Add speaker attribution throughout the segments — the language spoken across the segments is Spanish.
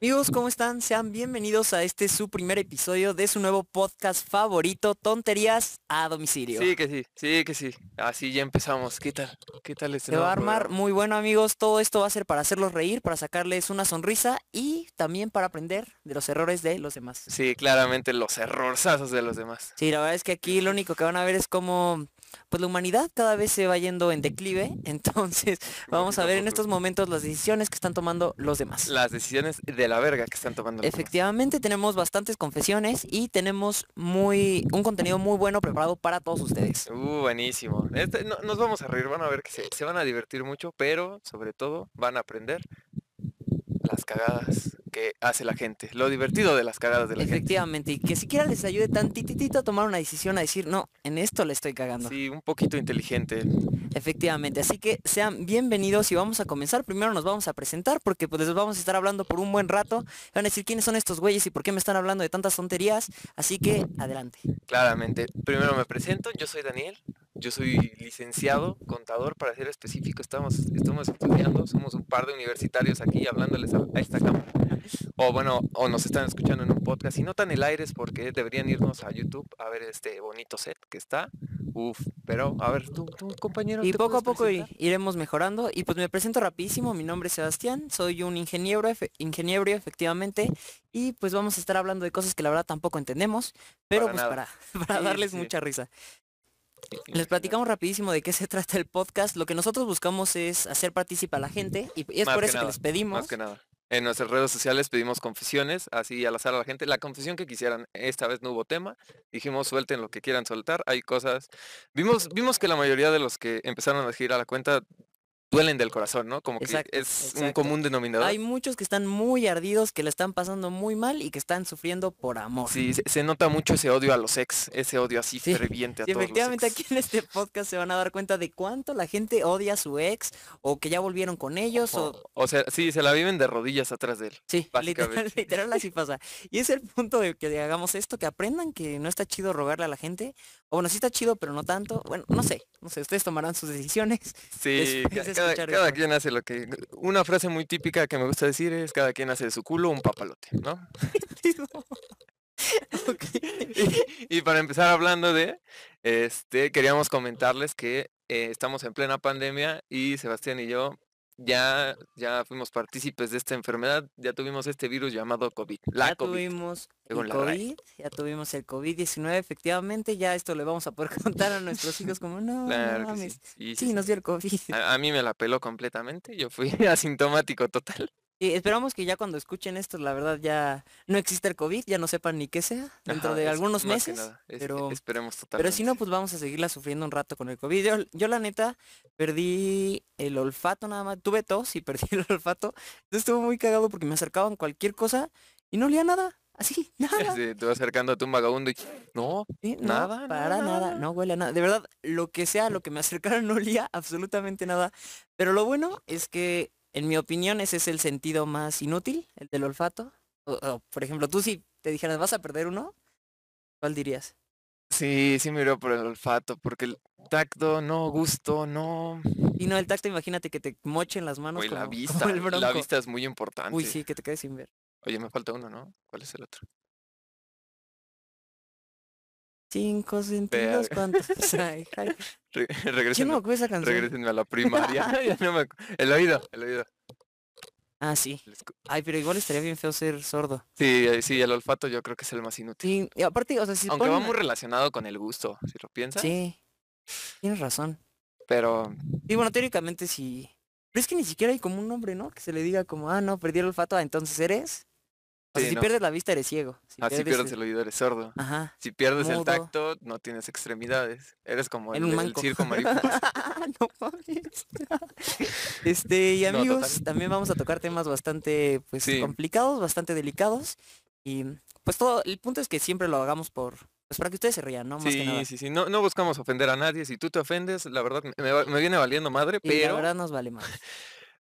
Speaker 1: Amigos, ¿cómo están? Sean bienvenidos a este su primer episodio de su nuevo podcast favorito, Tonterías a domicilio.
Speaker 2: Sí, que sí, sí, que sí. Así ya empezamos. ¿Qué tal? ¿Qué tal este
Speaker 1: Se va a
Speaker 2: nuevo
Speaker 1: armar
Speaker 2: programa?
Speaker 1: muy bueno, amigos. Todo esto va a ser para hacerlos reír, para sacarles una sonrisa y también para aprender de los errores de los demás.
Speaker 2: Sí, claramente los errorzazos de los demás.
Speaker 1: Sí, la verdad es que aquí lo único que van a ver es cómo pues la humanidad cada vez se va yendo en declive, entonces vamos a
Speaker 2: poquito a
Speaker 1: ver en
Speaker 2: poco.
Speaker 1: estos momentos las decisiones que están tomando los demás.
Speaker 2: Las decisiones de la verga que están tomando. los demás.
Speaker 1: Efectivamente tenemos bastantes confesiones y tenemos muy un contenido muy bueno preparado para todos ustedes.
Speaker 2: Uh, buenísimo. Este, no- nos vamos a reír, van a ver que se, se van a divertir mucho, pero sobre todo van a aprender las cagadas que hace la gente. Lo divertido de las cagadas de la gente.
Speaker 1: Efectivamente, y que siquiera les ayude tantitito a tomar una decisión, a decir, no, en esto le estoy cagando.
Speaker 2: Sí, un poquito inteligente.
Speaker 1: Efectivamente, así que sean bienvenidos y vamos a comenzar. Primero nos vamos a presentar porque pues les vamos a estar hablando por un buen rato. Van a decir quiénes son estos güeyes y por qué me están hablando de tantas tonterías. Así que adelante.
Speaker 2: Claramente. Primero me presento, yo soy Daniel, yo soy licenciado, contador para ser específico, estamos, estamos estudiando, somos un par de universitarios aquí hablándoles a, a esta cámara. O bueno, o nos están escuchando en un podcast y notan el aire es porque deberían irnos a YouTube a ver este bonito set que está. Uf, pero a ver, tú, tú, compañero.
Speaker 1: Y
Speaker 2: ¿te
Speaker 1: poco a
Speaker 2: puedes
Speaker 1: poco i-
Speaker 2: presentar?
Speaker 1: iremos mejorando. Y pues me presento rapidísimo, mi nombre es Sebastián, soy un ingeniero, efe- ingeniero efectivamente. Y pues vamos a estar hablando de cosas que la verdad tampoco entendemos, pero
Speaker 2: Para
Speaker 1: pues
Speaker 2: nada.
Speaker 1: para, para
Speaker 2: Sí,
Speaker 1: darles
Speaker 2: sí.
Speaker 1: mucha risa. Les platicamos rapidísimo de qué se trata el podcast. Lo que nosotros buscamos es hacer partícipe a la gente y, y es
Speaker 2: Más
Speaker 1: por
Speaker 2: que
Speaker 1: eso que
Speaker 2: nada,
Speaker 1: les pedimos.
Speaker 2: Más que nada. En nuestras redes sociales pedimos confesiones, así al azar a la gente, la confesión que quisieran. Esta vez no hubo tema, dijimos suelten lo que quieran soltar, hay cosas. Vimos, vimos que la mayoría de los que empezaron a girar la cuenta duelen del corazón, ¿no? Como que
Speaker 1: Exacto,
Speaker 2: es un
Speaker 1: exacto.
Speaker 2: común denominador.
Speaker 1: Hay muchos que están muy ardidos, que la están pasando muy mal y que están sufriendo por amor.
Speaker 2: Sí, se, se nota mucho ese odio a los ex, ese odio así
Speaker 1: Sí,
Speaker 2: ferviente a
Speaker 1: Y
Speaker 2: todos los
Speaker 1: efectivamente
Speaker 2: ex.
Speaker 1: aquí en este podcast se van a dar cuenta de cuánto la gente odia a su ex o que ya volvieron con ellos o...
Speaker 2: O, o sea, sí, se la viven de rodillas atrás de él.
Speaker 1: Sí, literal,
Speaker 2: básicamente.
Speaker 1: literal así pasa. Y es el punto de que hagamos esto, que aprendan que no está chido rogarle a la gente. O bueno, sí está chido, pero no tanto. Bueno, no sé, no sé, ustedes tomarán sus decisiones.
Speaker 2: Sí,
Speaker 1: Después
Speaker 2: ca-
Speaker 1: de
Speaker 2: cada,
Speaker 1: escuchar
Speaker 2: cada
Speaker 1: esto.
Speaker 2: quien hace lo que... Una frase muy típica que me gusta decir es cada quien hace de su culo un papalote, ¿no?
Speaker 1: Ok.
Speaker 2: Y, para empezar hablando de, este, queríamos comentarles que eh, estamos en plena pandemia y Sebastián y yo ya, ya fuimos partícipes de esta enfermedad, ya tuvimos este virus llamado COVID, la
Speaker 1: ya
Speaker 2: COVID.
Speaker 1: tuvimos
Speaker 2: según
Speaker 1: el
Speaker 2: la RAE.
Speaker 1: COVID, ya tuvimos el COVID-19, efectivamente, ya esto le vamos a poder contar a nuestros hijos como, no, no
Speaker 2: Claro que sí,
Speaker 1: mames,
Speaker 2: sí, sí,
Speaker 1: sí,
Speaker 2: sí. Ah.
Speaker 1: nos dio el COVID.
Speaker 2: A, a mí me la peló completamente, yo fui asintomático total.
Speaker 1: Y esperamos que ya cuando escuchen esto, la verdad, ya no existe el COVID, ya no sepan ni qué sea, dentro
Speaker 2: Ajá,
Speaker 1: de
Speaker 2: es-
Speaker 1: algunos
Speaker 2: más que
Speaker 1: meses.
Speaker 2: nada, es- e,
Speaker 1: pero-
Speaker 2: esperemos totalmente.
Speaker 1: Pero si no, pues vamos a seguirla sufriendo un rato con el COVID. Yo, yo, la neta perdí el olfato nada más. Tuve tos y perdí el olfato. Entonces estuvo muy cagado porque me acercaban cualquier cosa y no olía nada. Así, nada.
Speaker 2: Sí, te vas acercándote a un vagabundo y... No,
Speaker 1: Sí, no,
Speaker 2: nada,
Speaker 1: Para
Speaker 2: nada,
Speaker 1: nada,
Speaker 2: nada.
Speaker 1: no huele a nada. De verdad, lo que sea, lo que me acercaron no olía absolutamente nada. Pero lo bueno es que, en mi opinión, ese es el sentido más inútil, el del olfato. O- o, por ejemplo, tú si te dijeras, vas a perder uno, ¿cuál dirías?
Speaker 2: sí, sí me miró por el olfato, porque el tacto, no, gusto, no...
Speaker 1: Y no, el tacto, imagínate que te mochen las manos
Speaker 2: Güey,
Speaker 1: como,
Speaker 2: la
Speaker 1: como
Speaker 2: vista,
Speaker 1: el bronco.
Speaker 2: la vista es muy importante.
Speaker 1: Uy, sí, que te quedes sin ver.
Speaker 2: Oye, me falta uno, ¿no? ¿Cuál es el otro?
Speaker 1: Cinco sentidos, ¿cuántos hay? Ay,
Speaker 2: Re-
Speaker 1: Yo
Speaker 2: regresen,
Speaker 1: no me acuerdo esa canción.
Speaker 2: regrésenme a la primaria. ya no me acu- el oído, el oído.
Speaker 1: Ah, sí.
Speaker 2: El escu-
Speaker 1: Ay, pero igual estaría bien feo ser sordo.
Speaker 2: Sí, eh, sí, el olfato yo creo que es el más inútil.
Speaker 1: Sí, y aparte, o sea, si
Speaker 2: Aunque va
Speaker 1: ponen-
Speaker 2: muy relacionado con el gusto, si lo piensas.
Speaker 1: Sí, tienes razón.
Speaker 2: Pero
Speaker 1: Y bueno, teóricamente sí. Pero es que ni siquiera hay como un nombre, ¿no? Que se le diga como, ah, no, perdí el olfato, ah, entonces eres. O sea,
Speaker 2: Sí,
Speaker 1: si
Speaker 2: no.
Speaker 1: pierdes la vista eres ciego. Si
Speaker 2: así
Speaker 1: pierdes
Speaker 2: pierdes
Speaker 1: el-
Speaker 2: el oído, eres sordo.
Speaker 1: Ajá.
Speaker 2: Si pierdes
Speaker 1: Mudo.
Speaker 2: el tacto, no tienes extremidades. Eres como
Speaker 1: En
Speaker 2: el
Speaker 1: un
Speaker 2: del
Speaker 1: manco.
Speaker 2: circo mariposa.
Speaker 1: no mames. este, y
Speaker 2: No,
Speaker 1: amigos,
Speaker 2: total.
Speaker 1: también vamos a tocar temas bastante pues
Speaker 2: Sí.
Speaker 1: complicados, bastante delicados. Y pues todo, el punto es que siempre lo hagamos por. Pues para que ustedes se rían, ¿no? Más que nada.
Speaker 2: sí, sí, sí. No, no buscamos ofender a nadie. Si tú te ofendes, la verdad me, me va- me viene valiendo madre,
Speaker 1: Y
Speaker 2: pero...
Speaker 1: la verdad nos vale más.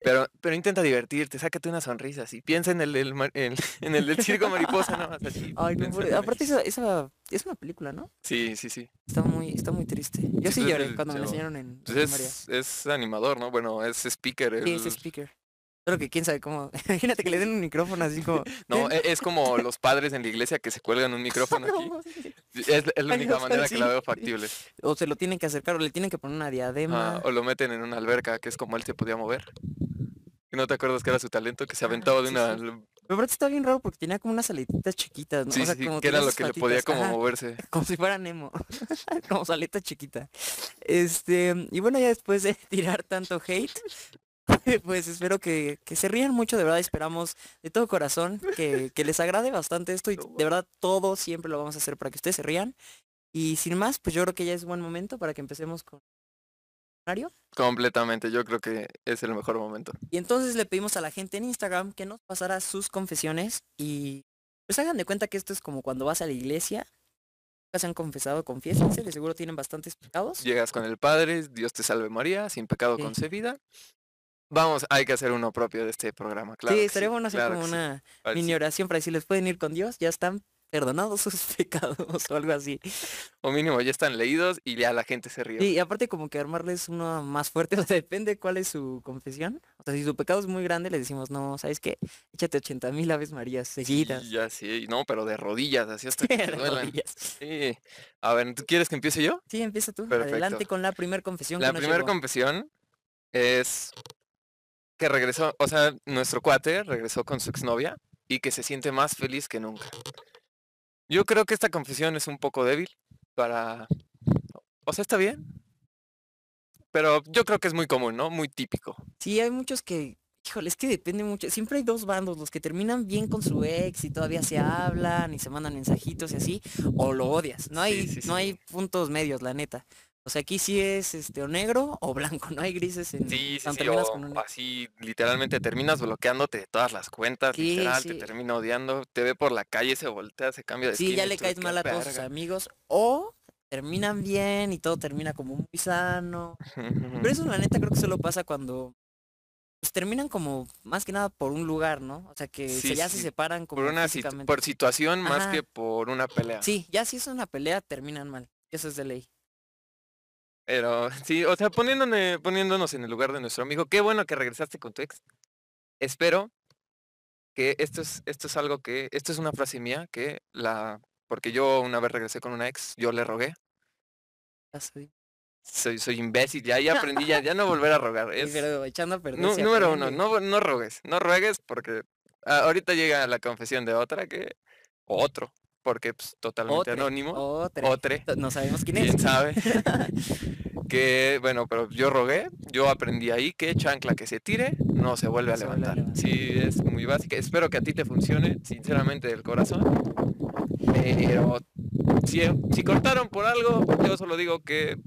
Speaker 2: Pero, pero intenta divertirte, sácate una sonrisa, así piensa en el, del mar- en- en el del circo mariposa nada más así.
Speaker 1: Ay, no,
Speaker 2: piensa
Speaker 1: pobre-
Speaker 2: en él.
Speaker 1: aparte esa, esa- es una película, ¿no?
Speaker 2: Sí, sí, sí.
Speaker 1: Está muy, está muy triste. Yo sí,
Speaker 2: pues,
Speaker 1: lloré
Speaker 2: el
Speaker 1: cuando me la
Speaker 2: chavo.
Speaker 1: enseñaron en la
Speaker 2: Pues
Speaker 1: primaria.
Speaker 2: es, es animador, ¿no? Bueno, es speaker.
Speaker 1: Sí, es
Speaker 2: el-
Speaker 1: speaker. Solo que quién sabe cómo. Imagínate que le den un micrófono así como.
Speaker 2: No, e- es como los padres en la iglesia que se cuelgan un micrófono aquí.
Speaker 1: "No,
Speaker 2: Es, es la
Speaker 1: Ay,
Speaker 2: única
Speaker 1: ojalá
Speaker 2: manera que la
Speaker 1: sí.
Speaker 2: veo factible.
Speaker 1: O se lo tienen que acercar, o le tienen que poner una diadema.
Speaker 2: Ah, o lo meten en una alberca, que es como él se podía mover. ¿No te acuerdas que era su talento? Que se
Speaker 1: Ah,
Speaker 2: aventaba de
Speaker 1: sí,
Speaker 2: una...
Speaker 1: sí.
Speaker 2: al-
Speaker 1: Pero aparte está bien raro porque tenía como unas aletitas chiquitas, ¿no?
Speaker 2: Sí,
Speaker 1: o sea,
Speaker 2: sí, sí,
Speaker 1: como
Speaker 2: que era
Speaker 1: tenía
Speaker 2: lo
Speaker 1: sus
Speaker 2: que le podía
Speaker 1: patitas,
Speaker 2: como
Speaker 1: ajá,
Speaker 2: moverse.
Speaker 1: como si fuera Nemo. como su aleta chiquita. Este, y bueno, ya después de tirar tanto hate, pues espero que, que se rían mucho, de verdad esperamos de todo corazón que, que les agrade bastante esto y
Speaker 2: No,
Speaker 1: de verdad todo siempre lo vamos a hacer para que ustedes se rían. Y sin más, pues yo creo que ya es buen momento para que empecemos con Mario.
Speaker 2: Completamente, yo creo que es el mejor momento.
Speaker 1: Y entonces le pedimos a la gente en Instagram que nos pasara sus confesiones y pues hagan de cuenta que esto es como cuando vas a la iglesia. Nunca se han confesado, confiésense, de seguro tienen bastantes pecados.
Speaker 2: Llegas con el Padre, Dios te salve María, sin pecado
Speaker 1: Sí.
Speaker 2: concebida. Vamos, hay que hacer uno propio de este programa, claro.
Speaker 1: sí,
Speaker 2: que
Speaker 1: estaría bueno hacer
Speaker 2: claro
Speaker 1: como
Speaker 2: que sí.
Speaker 1: una
Speaker 2: Ah, sí.
Speaker 1: mini oración para decirles, pueden ir con Dios, ya están perdonados sus pecados o algo así.
Speaker 2: O mínimo, ya están leídos y ya la gente se ríe.
Speaker 1: Sí, y aparte como que armarles una más fuerte, o sea, depende cuál es su confesión. O sea, si su pecado es muy grande, le decimos, no, ¿sabes qué? Échate 80 mil aves marías seguidas.
Speaker 2: Y ya sí, no, pero de rodillas, así hasta que te
Speaker 1: De
Speaker 2: duelan.
Speaker 1: rodillas.
Speaker 2: Sí. A ver, ¿tú quieres que empiece yo?
Speaker 1: Sí, empieza tú. Adelante
Speaker 2: Perfecto.
Speaker 1: con la primera confesión.
Speaker 2: La
Speaker 1: que nos
Speaker 2: primera
Speaker 1: llegó.
Speaker 2: confesión es que regresó, o sea, nuestro cuate regresó con su exnovia y que se siente más feliz que nunca. Yo creo que esta confesión es un poco débil para... O sea, está bien. Pero yo creo que es muy común, ¿no? Muy típico.
Speaker 1: Sí, hay muchos que, híjole, es que depende mucho. Siempre hay dos bandos, los que terminan bien con su ex y todavía se hablan y se mandan mensajitos y así, o lo odias. No hay,
Speaker 2: sí,
Speaker 1: no
Speaker 2: sí.
Speaker 1: hay puntos medios, la neta. O sea, aquí sí es este o negro o blanco, no hay grises en
Speaker 2: Sí, sí,
Speaker 1: Mm, cuando
Speaker 2: sí,
Speaker 1: terminas
Speaker 2: o
Speaker 1: con un ex.
Speaker 2: así literalmente terminas bloqueándote de todas las cuentas,
Speaker 1: Sí,
Speaker 2: literal, te
Speaker 1: sí.
Speaker 2: termina odiando, te ve por la calle, se voltea, se cambia de
Speaker 1: Sí, ya
Speaker 2: esquina y
Speaker 1: le
Speaker 2: tú de
Speaker 1: caes
Speaker 2: que
Speaker 1: mal a todos sus
Speaker 2: verga.
Speaker 1: amigos, o terminan bien y todo termina como muy sano. Pero eso la neta creo que solo pasa cuando pues, terminan como más que nada por un lugar, ¿no? O sea que se-
Speaker 2: Sí,
Speaker 1: ya se
Speaker 2: sí,
Speaker 1: separan como
Speaker 2: por una situ-
Speaker 1: físicamente.
Speaker 2: por situación más
Speaker 1: Ajá.
Speaker 2: que por una pelea.
Speaker 1: Sí, ya si es una pelea, terminan mal. Eso es de ley.
Speaker 2: Pero sí, o sea, poniéndone- poniéndonos en el lugar de nuestro amigo, qué bueno que regresaste con tu ex. Espero que esto es, esto es algo que, esto es una frase mía que la, porque yo una vez regresé con una ex, yo le rogué.
Speaker 1: Así.
Speaker 2: Soy, soy imbécil, ya, ya aprendí, ya, ya no volver a rogar.
Speaker 1: Sí,
Speaker 2: Es,
Speaker 1: pero echando a perder.
Speaker 2: nu-
Speaker 1: se
Speaker 2: número uno,
Speaker 1: aprende.
Speaker 2: no, no rogues, no ruegues porque ah, ahorita llega la confesión de otra que, o otro, porque pues, totalmente
Speaker 1: Otra,
Speaker 2: anónimo,
Speaker 1: Otra.
Speaker 2: otre.
Speaker 1: No sabemos quién es.
Speaker 2: ¿Quién sabe? que bueno, pero yo rogué, yo aprendí ahí que chancla que se tire no se vuelve a
Speaker 1: Se vuelve a
Speaker 2: levantar. Sí, es muy básica. Espero que a ti te funcione, sinceramente del corazón. Pero si, si cortaron por algo, yo solo digo que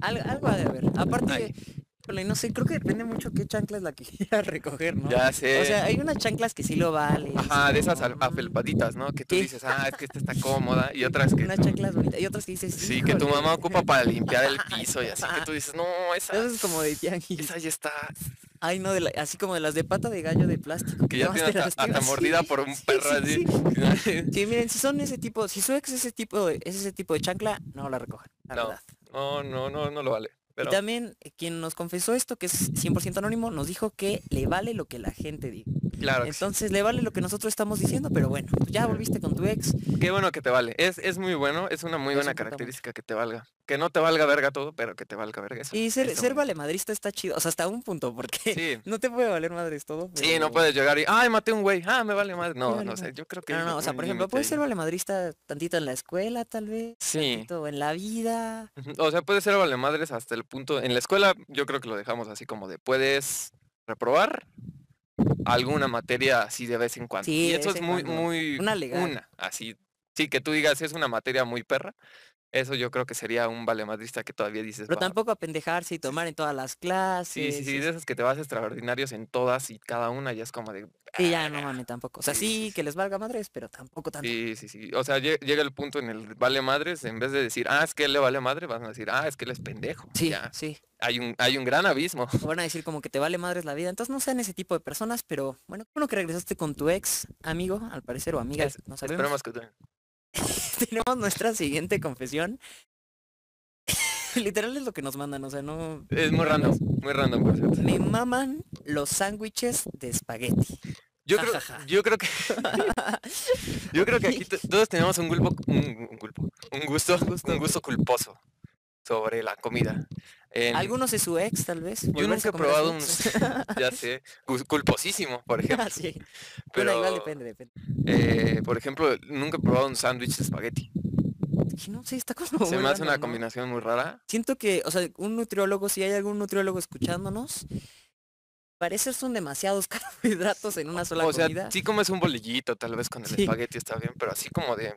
Speaker 1: Al- algo ha de haber. Aparte,
Speaker 2: Ay.
Speaker 1: híjole, no sé, creo que depende mucho qué chancla es la que quieras recoger, ¿no?
Speaker 2: ya sé.
Speaker 1: O sea, hay unas chanclas que sí lo valen.
Speaker 2: Ajá, de esas
Speaker 1: como,
Speaker 2: al- afelpaditas, ¿no? Que tú
Speaker 1: Sí.
Speaker 2: dices, ah, es que esta está cómoda. Y otras
Speaker 1: mm,
Speaker 2: que.
Speaker 1: Unas
Speaker 2: tú-
Speaker 1: chanclas bonitas. Y otras que dices.
Speaker 2: sí, que tu
Speaker 1: "Híjole".
Speaker 2: mamá ocupa para limpiar el piso y así que tú dices, no, esa,
Speaker 1: Eso es como de tianguis.
Speaker 2: esa ya está
Speaker 1: Ay, no, de la- así como de las de pata de gallo de plástico.
Speaker 2: que ya
Speaker 1: nada más
Speaker 2: tiene
Speaker 1: te
Speaker 2: hasta,
Speaker 1: lastimas,
Speaker 2: hasta
Speaker 1: sí.
Speaker 2: mordida por un
Speaker 1: Sí,
Speaker 2: perro
Speaker 1: sí,
Speaker 2: así.
Speaker 1: Sí, miren, si son ese tipo, si su ex es ese tipo, de- es ese tipo de chancla, no la recojan, la
Speaker 2: No,
Speaker 1: verdad.
Speaker 2: No, no, no, no lo vale. Pero
Speaker 1: Y también eh, quien nos confesó esto, que es 100% anónimo, nos dijo que le vale lo que la gente diga.
Speaker 2: claro, que sí.
Speaker 1: Entonces le vale lo que nosotros estamos diciendo, pero bueno, pues ya volviste con tu ex.
Speaker 2: qué bueno que te vale. Es, es muy bueno, es una muy
Speaker 1: Eso importa
Speaker 2: buena
Speaker 1: mucho.
Speaker 2: característica que te valga. Que no te valga verga todo, pero que te valga verga eso.
Speaker 1: Y ser,
Speaker 2: está
Speaker 1: ser
Speaker 2: bonito.
Speaker 1: valemadrista está chido, o sea, hasta un punto, porque
Speaker 2: Sí,
Speaker 1: no te puede valer madres todo.
Speaker 2: sí, no
Speaker 1: pero-
Speaker 2: puedes llegar y, ay, maté un güey, ah, me vale más. No,
Speaker 1: vale
Speaker 2: no sé,
Speaker 1: madre.
Speaker 2: yo creo que...
Speaker 1: No, no,
Speaker 2: hay
Speaker 1: no, o sea,
Speaker 2: un
Speaker 1: por ejemplo,
Speaker 2: límite
Speaker 1: puedes
Speaker 2: ahí.
Speaker 1: ser valemadrista tantito en la escuela, tal vez,
Speaker 2: Sí,
Speaker 1: tantito en la vida.
Speaker 2: ujú, o sea, puedes ser valemadres hasta el punto... En la escuela yo creo que lo dejamos así como de, puedes reprobar alguna materia así de vez en cuando.
Speaker 1: Sí,
Speaker 2: y
Speaker 1: de
Speaker 2: eso
Speaker 1: vez
Speaker 2: es
Speaker 1: en
Speaker 2: muy,
Speaker 1: cuando.
Speaker 2: muy...
Speaker 1: Una legal.
Speaker 2: Una, así. Sí, que tú digas, es una materia muy perra. Eso yo creo que sería un valemadrista que todavía dices.
Speaker 1: Pero
Speaker 2: "Va,
Speaker 1: tampoco apendejarse y tomar en todas las
Speaker 2: Sí,
Speaker 1: clases.
Speaker 2: sí,
Speaker 1: y
Speaker 2: sí, de esas que te vas extraordinarios en todas y cada una ya es como de...
Speaker 1: Sí, ya no
Speaker 2: "Verga".
Speaker 1: mames tampoco. O sea,
Speaker 2: Sí, sí,
Speaker 1: sí,
Speaker 2: sí.
Speaker 1: que les valga madres, pero tampoco tanto.
Speaker 2: Sí, sí, sí. O sea, lle- llega el punto en el vale madres, en vez de decir, ah, es que él le vale madre, van a decir, ah, es que él es pendejo.
Speaker 1: Sí,
Speaker 2: Ya,
Speaker 1: sí.
Speaker 2: hay un, hay un gran abismo.
Speaker 1: O van a decir como que te vale madres la vida. Entonces no sean ese tipo de personas, pero bueno, qué bueno que regresaste con tu ex amigo, al parecer, o amiga,
Speaker 2: Es-
Speaker 1: no sabemos.
Speaker 2: Esperemos que... dure.
Speaker 1: Tenemos nuestra siguiente confesión. Literal es lo que nos mandan, o sea, no...
Speaker 2: Es muy random, muy random, por cierto.
Speaker 1: Me maman los sándwiches de espagueti.
Speaker 2: Yo
Speaker 1: Ja,
Speaker 2: creo,
Speaker 1: ja, ja.
Speaker 2: yo creo que, yo creo que aquí to- todos tenemos un culpo, un, un culpo, un gusto, un gusto culposo sobre la comida. En-
Speaker 1: Algunos es su ex, tal vez.
Speaker 2: yo
Speaker 1: volverse a
Speaker 2: nunca he
Speaker 1: comer a
Speaker 2: probado
Speaker 1: su
Speaker 2: un,
Speaker 1: ex.
Speaker 2: ya sé, gus- culposísimo, por ejemplo.
Speaker 1: Ah, sí. Bueno,
Speaker 2: Pero,
Speaker 1: igual depende, depende.
Speaker 2: eh, por ejemplo, nunca he probado un sándwich de espagueti.
Speaker 1: Es que no sé, está como...
Speaker 2: Se
Speaker 1: muy
Speaker 2: me hace
Speaker 1: random,
Speaker 2: una
Speaker 1: ¿no?
Speaker 2: combinación muy rara.
Speaker 1: Siento que, o sea, un nutriólogo, si hay algún nutriólogo escuchándonos, parece son demasiados carbohidratos en una sola
Speaker 2: o sea,
Speaker 1: comida.
Speaker 2: sí comes un bolillito, tal vez con el
Speaker 1: Sí.
Speaker 2: espagueti está bien, pero así como de,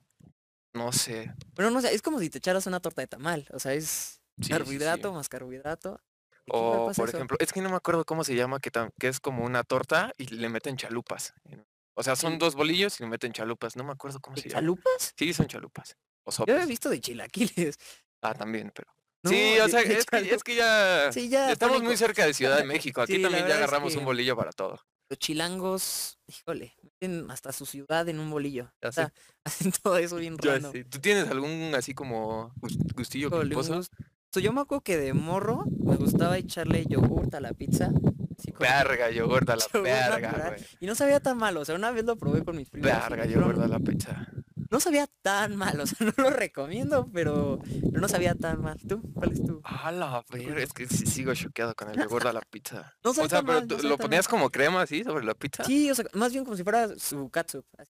Speaker 2: no sé.
Speaker 1: Pero no sé, es como si te echaras una torta de tamal. O sea, es
Speaker 2: sí, sí, sí.
Speaker 1: carbohidrato más carbohidrato. ¿Y qué igual
Speaker 2: O,
Speaker 1: pasa
Speaker 2: por
Speaker 1: eso?
Speaker 2: ejemplo, es que no me acuerdo cómo se llama, que, tam- que es como una torta y le meten chalupas. en- O sea, son
Speaker 1: Sí.
Speaker 2: dos bolillos y le meten chalupas. No me acuerdo cómo
Speaker 1: ¿De
Speaker 2: se llama.
Speaker 1: ¿Chalupas?
Speaker 2: Sí, son chalupas. O
Speaker 1: Yo había
Speaker 2: sopas.
Speaker 1: visto de chilaquiles.
Speaker 2: Ah, también, pero.
Speaker 1: No,
Speaker 2: sí, o
Speaker 1: de-
Speaker 2: sea,
Speaker 1: de
Speaker 2: es que,
Speaker 1: chalup-
Speaker 2: es que ya,
Speaker 1: Sí, ya.
Speaker 2: Ah, ya estamos
Speaker 1: pánico.
Speaker 2: muy cerca de Ciudad de México. Aquí
Speaker 1: Sí, la
Speaker 2: también ya
Speaker 1: verdad es
Speaker 2: agarramos
Speaker 1: que-
Speaker 2: un bolillo para todo.
Speaker 1: Los chilangos, híjole, meten hasta su ciudad en un bolillo.
Speaker 2: Ya
Speaker 1: O sea,
Speaker 2: sé,
Speaker 1: hacen todo eso bien
Speaker 2: Ah, ya
Speaker 1: random.
Speaker 2: sé. ¿Tú tienes algún así como gus- gustillo
Speaker 1: Híjole, un
Speaker 2: culposo?
Speaker 1: gusto. So, yo me acuerdo que de morro me gustaba echarle yogurt a la pizza. así con-
Speaker 2: Verga, yo gorda la
Speaker 1: Yogur
Speaker 2: verga,
Speaker 1: natural.
Speaker 2: güey.
Speaker 1: Y no sabía tan malo. O sea, una vez lo probé con mis primos. y me
Speaker 2: Verga, yo
Speaker 1: dijeron,
Speaker 2: gorda la pizza.
Speaker 1: No sabía tan mal. O sea, no lo recomiendo, pero pero no sabía tan mal. ¿Tú? ¿Cuál es tu?
Speaker 2: A la verga, es que sí sigo choqueado con el yogur de la pizza.
Speaker 1: No
Speaker 2: o
Speaker 1: sabe
Speaker 2: sea,
Speaker 1: tan
Speaker 2: pero
Speaker 1: mal,
Speaker 2: tú-
Speaker 1: no sabe
Speaker 2: ¿lo
Speaker 1: tan mal.
Speaker 2: ponías como crema así sobre la pizza?
Speaker 1: Sí, o sea, más bien como si fuera su catsup. así,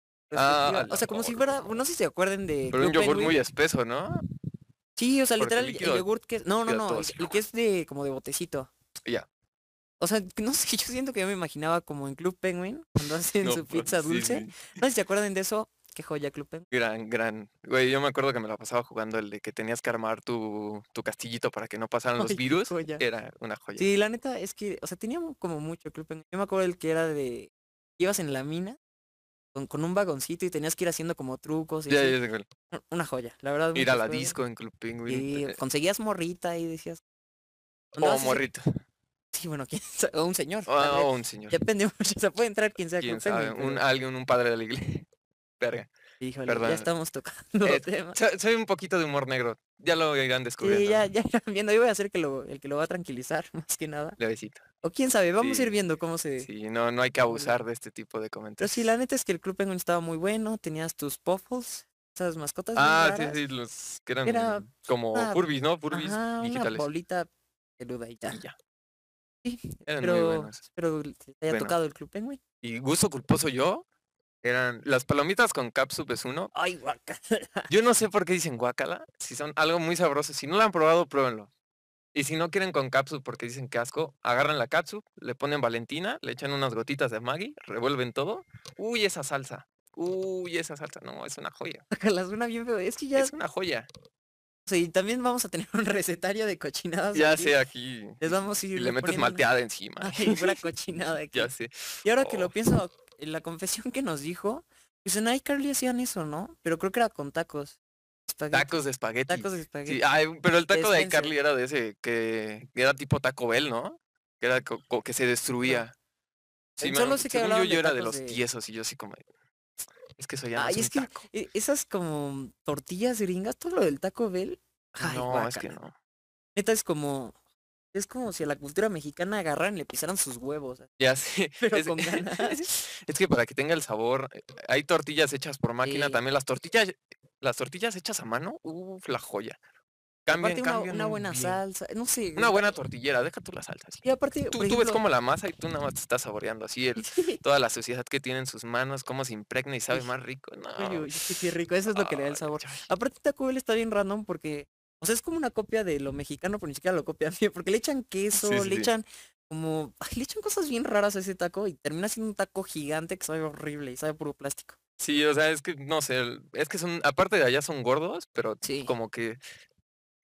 Speaker 1: respectiva.
Speaker 2: Ah, a la
Speaker 1: o sea, como si
Speaker 2: verga.
Speaker 1: fuera, no sé si se acuerden de
Speaker 2: Pero un
Speaker 1: Club
Speaker 2: yogur
Speaker 1: Penguin.
Speaker 2: muy espeso, ¿no?
Speaker 1: Sí, o sea,
Speaker 2: porque
Speaker 1: literal el
Speaker 2: líquido-
Speaker 1: yogurt que no, no,
Speaker 2: líquido
Speaker 1: no,
Speaker 2: todo
Speaker 1: el,
Speaker 2: así,
Speaker 1: el que es de como de botecito.
Speaker 2: Ya.
Speaker 1: O sea, no sé, yo siento que yo me imaginaba como en Club Penguin cuando hacen
Speaker 2: No,
Speaker 1: su
Speaker 2: pues,
Speaker 1: pizza
Speaker 2: sí,
Speaker 1: dulce.
Speaker 2: sí.
Speaker 1: No sé si se acuerdan de eso. Qué joya Club Penguin.
Speaker 2: Gran, gran. Güey, yo me acuerdo que me la pasaba jugando el de que tenías que armar tu, tu castillito para que no pasaran los
Speaker 1: Ay,
Speaker 2: virus.
Speaker 1: joya.
Speaker 2: Era una joya.
Speaker 1: Sí, la neta es que, o sea, teníamos como mucho Club Penguin. Yo me acuerdo el que era de ibas en la mina con, con un vagoncito y tenías que ir haciendo como trucos y
Speaker 2: Ya,
Speaker 1: así.
Speaker 2: ya sé cuál.
Speaker 1: No, Una joya, la verdad.
Speaker 2: Ir a
Speaker 1: muchos
Speaker 2: la
Speaker 1: juegos.
Speaker 2: disco en Club Penguin.
Speaker 1: Y
Speaker 2: eh,
Speaker 1: conseguías morrita y decías.
Speaker 2: O
Speaker 1: andabas así-
Speaker 2: morrito.
Speaker 1: Sí, bueno, quién sabe, o un señor. tal
Speaker 2: Ah,
Speaker 1: vez.
Speaker 2: O un señor.
Speaker 1: Depende mucho, o sea, puede entrar quien sea
Speaker 2: Quién
Speaker 1: Club
Speaker 2: sabe.
Speaker 1: Penguin,
Speaker 2: Un,
Speaker 1: pero-
Speaker 2: alguien, un padre de la iglesia. Verga.
Speaker 1: Híjole,
Speaker 2: Perdón.
Speaker 1: ya estamos tocando
Speaker 2: Eh,
Speaker 1: temas.
Speaker 2: So- Soy un poquito de humor negro. Ya lo irán descubriendo.
Speaker 1: Ah. Sí, ya, ya irán viendo. Yo voy a ser que lo, el que lo va a tranquilizar, más que nada.
Speaker 2: Levecito.
Speaker 1: O quién sabe, vamos a
Speaker 2: Sí,
Speaker 1: ir viendo cómo se...
Speaker 2: Sí, no, no hay que
Speaker 1: Híjole.
Speaker 2: abusar de este tipo de
Speaker 1: Pero
Speaker 2: comentarios.
Speaker 1: Pues sí, la neta es que el Club Penguin estaba muy bueno. Tenías tus Puffles, esas mascotas bien
Speaker 2: Ah, sí,
Speaker 1: raras.
Speaker 2: sí, los que eran
Speaker 1: Era pues
Speaker 2: como
Speaker 1: una-
Speaker 2: Furbies, ¿no? Furbies
Speaker 1: Ajá, una
Speaker 2: digitales.
Speaker 1: bolita peluda y tal.
Speaker 2: Y ya.
Speaker 1: Sí,
Speaker 2: Eran muy
Speaker 1: pero
Speaker 2: buenos.
Speaker 1: espero que te haya
Speaker 2: Bueno.
Speaker 1: tocado el Club Penguin.
Speaker 2: Y gusto culposo yo, eran las palomitas con capsup es uno.
Speaker 1: Ay, guaca.
Speaker 2: Yo no sé por qué dicen guacala, si son algo muy sabroso. Si no lo han probado, pruébenlo. Y si no quieren con capsup porque dicen que asco, agarran la capsup, le ponen Valentina, le echan unas gotitas de Maggi, revuelven todo. Uy, esa salsa. Uy, esa salsa. No, es una joya.
Speaker 1: La suena bien feo. Es que ya...
Speaker 2: Es una joya.
Speaker 1: Sí, también vamos a tener un recetario de cochinadas.
Speaker 2: Ya
Speaker 1: aquí.
Speaker 2: sé, aquí.
Speaker 1: Les vamos a ir
Speaker 2: Y le metes
Speaker 1: poniendo-
Speaker 2: malteada encima.
Speaker 1: Ay, pura cochinada aquí.
Speaker 2: Ya sé.
Speaker 1: Y ahora que
Speaker 2: Oh.
Speaker 1: lo pienso, en la confesión que nos dijo, pues en iCarly hacían eso, ¿no? Pero creo que era con tacos. Espagueti,
Speaker 2: Tacos de espagueti.
Speaker 1: Tacos de
Speaker 2: Sí,
Speaker 1: espagueti.
Speaker 2: ay, pero el taco de
Speaker 1: Spencer.
Speaker 2: iCarly era de ese que era tipo Taco Bell, ¿no? Que era co- co- que se destruía. Sí,
Speaker 1: Eh,
Speaker 2: me-
Speaker 1: solo sé que
Speaker 2: según yo,
Speaker 1: hablaban de
Speaker 2: yo era de
Speaker 1: tacos
Speaker 2: los
Speaker 1: de-
Speaker 2: tiesos y yo así como es que eso ya no
Speaker 1: Ay,
Speaker 2: es, un
Speaker 1: es que-
Speaker 2: taco".
Speaker 1: E- Esas como tortillas gringas, todo lo del Taco Bell. Ay,
Speaker 2: no, es
Speaker 1: guácala.
Speaker 2: que no.
Speaker 1: Neta es como... Es como si a la cultura mexicana agarraran y le pisaran sus huevos.
Speaker 2: Ya sé.
Speaker 1: Pero
Speaker 2: es,
Speaker 1: con ganas.
Speaker 2: es que para que tenga el sabor, eh, hay tortillas hechas por máquina
Speaker 1: Sí.
Speaker 2: también. Las tortillas, las tortillas hechas a mano, uff, la joya. Cambian,
Speaker 1: Aparte una,
Speaker 2: cambian
Speaker 1: una buena
Speaker 2: bien.
Speaker 1: salsa. No sé.
Speaker 2: Una buena tortillera, deja tú la salsa. sí.
Speaker 1: Y aparte,
Speaker 2: Tú,
Speaker 1: por
Speaker 2: tú ves
Speaker 1: ejemplo,
Speaker 2: como la masa y tú nada más te estás saboreando así el,
Speaker 1: sí,
Speaker 2: toda la suciedad que tiene en sus manos, cómo se impregna y sabe
Speaker 1: Uy,
Speaker 2: más rico. No.
Speaker 1: uy, uy, sí, sí, rico. Eso es lo que le da el
Speaker 2: ay,
Speaker 1: sabor.
Speaker 2: ay,
Speaker 1: Aparte Taco Bell está bien random porque, o sea, es como una copia de lo mexicano, pero ni siquiera lo copian bien, porque le echan queso,
Speaker 2: sí,
Speaker 1: le
Speaker 2: sí.
Speaker 1: echan como, ay, le echan cosas bien raras a ese taco y termina siendo un taco gigante que sabe horrible y sabe puro plástico.
Speaker 2: Sí, o sea, es que no sé, el- es que son, aparte de allá son gordos, pero
Speaker 1: Sí.
Speaker 2: como que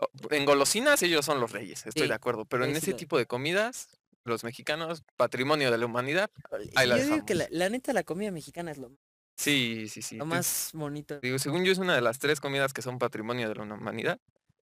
Speaker 2: o- en golosinas ellos son los reyes, estoy
Speaker 1: Sí,
Speaker 2: de acuerdo, pero en
Speaker 1: ahí sí
Speaker 2: ese
Speaker 1: lo-
Speaker 2: tipo de comidas, los mexicanos, patrimonio de la humanidad. Ahí la
Speaker 1: yo digo que la,
Speaker 2: dejamos.
Speaker 1: la neta la comida mexicana es lo, lo
Speaker 2: Sí, sí, sí. te-
Speaker 1: más bonito.
Speaker 2: Digo, según yo es una de las tres comidas que son patrimonio de la humanidad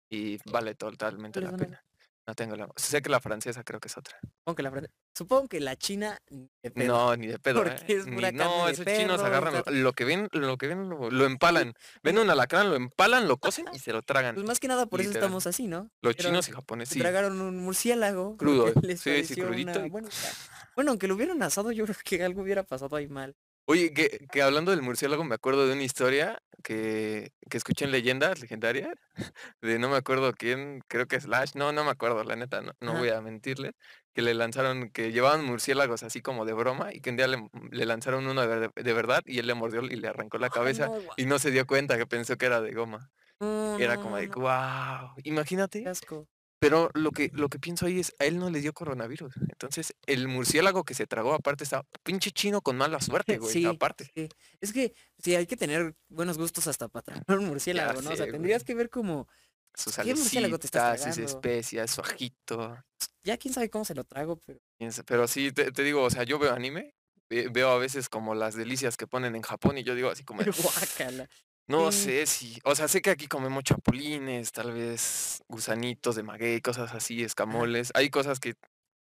Speaker 2: y vale totalmente la
Speaker 1: Perdóname.
Speaker 2: pena. No tengo la... Sé que la francesa creo que es otra.
Speaker 1: Supongo que la, fran- supongo que la china... ni de pedo.
Speaker 2: No, ni de pedo,
Speaker 1: Porque
Speaker 2: ¿eh?
Speaker 1: es
Speaker 2: Ni-
Speaker 1: pura
Speaker 2: no,
Speaker 1: carne de
Speaker 2: esos chinos
Speaker 1: perro,
Speaker 2: agarran
Speaker 1: gato.
Speaker 2: lo, lo que ven, lo que ven lo, lo empalan. Ven un alacrán, lo empalan, lo cocen y se lo tragan.
Speaker 1: Pues más que nada por eso
Speaker 2: Literal.
Speaker 1: estamos así, ¿no?
Speaker 2: Los
Speaker 1: pero-
Speaker 2: chinos y japoneses
Speaker 1: Se
Speaker 2: sí.
Speaker 1: Tragaron un murciélago.
Speaker 2: Crudo,
Speaker 1: porque les
Speaker 2: sí, sí,
Speaker 1: pareció
Speaker 2: crudito
Speaker 1: una
Speaker 2: y-
Speaker 1: buena idea. Bueno, aunque lo hubieran asado, yo creo que algo hubiera pasado ahí mal.
Speaker 2: Oye, que, que hablando del murciélago me acuerdo de una historia que, que escuché en leyendas legendarias, de no me acuerdo quién, creo que Slash, no, no me acuerdo, la neta, no, no
Speaker 1: Ajá.
Speaker 2: voy a mentirles, que le lanzaron, que llevaban murciélagos así como de broma y que un día le, le lanzaron uno de, ver- de verdad y él le mordió y le arrancó la
Speaker 1: Ay,
Speaker 2: cabeza
Speaker 1: no, gua-
Speaker 2: y no se dio cuenta que pensó que era de goma.
Speaker 1: no,
Speaker 2: Era
Speaker 1: no,
Speaker 2: como de,
Speaker 1: no,
Speaker 2: wow, imagínate.
Speaker 1: qué asco.
Speaker 2: Pero lo que, lo que pienso ahí es, a él no le dio coronavirus. Entonces, el murciélago que se tragó, aparte, está pinche chino con mala suerte, güey.
Speaker 1: Sí,
Speaker 2: Aparte.
Speaker 1: sí. Es que sí, hay que tener buenos gustos hasta para tragar un murciélago, ¿no? o
Speaker 2: sé,
Speaker 1: sea,
Speaker 2: güey.
Speaker 1: tendrías que ver como,
Speaker 2: Sus
Speaker 1: ¿Qué murciélago te estás
Speaker 2: alecitas, sus
Speaker 1: tragando?
Speaker 2: especias, su ajito.
Speaker 1: ya quién sabe cómo se lo trago, pero
Speaker 2: quién sa- Pero sí, te, te digo, o sea, yo veo anime, ve- veo a veces como las delicias que ponen en Japón y yo digo así como, de,
Speaker 1: guácala.
Speaker 2: no
Speaker 1: sí.
Speaker 2: sé si, o sea, sé que aquí comemos chapulines, tal vez gusanitos de maguey, cosas así, escamoles. Hay cosas que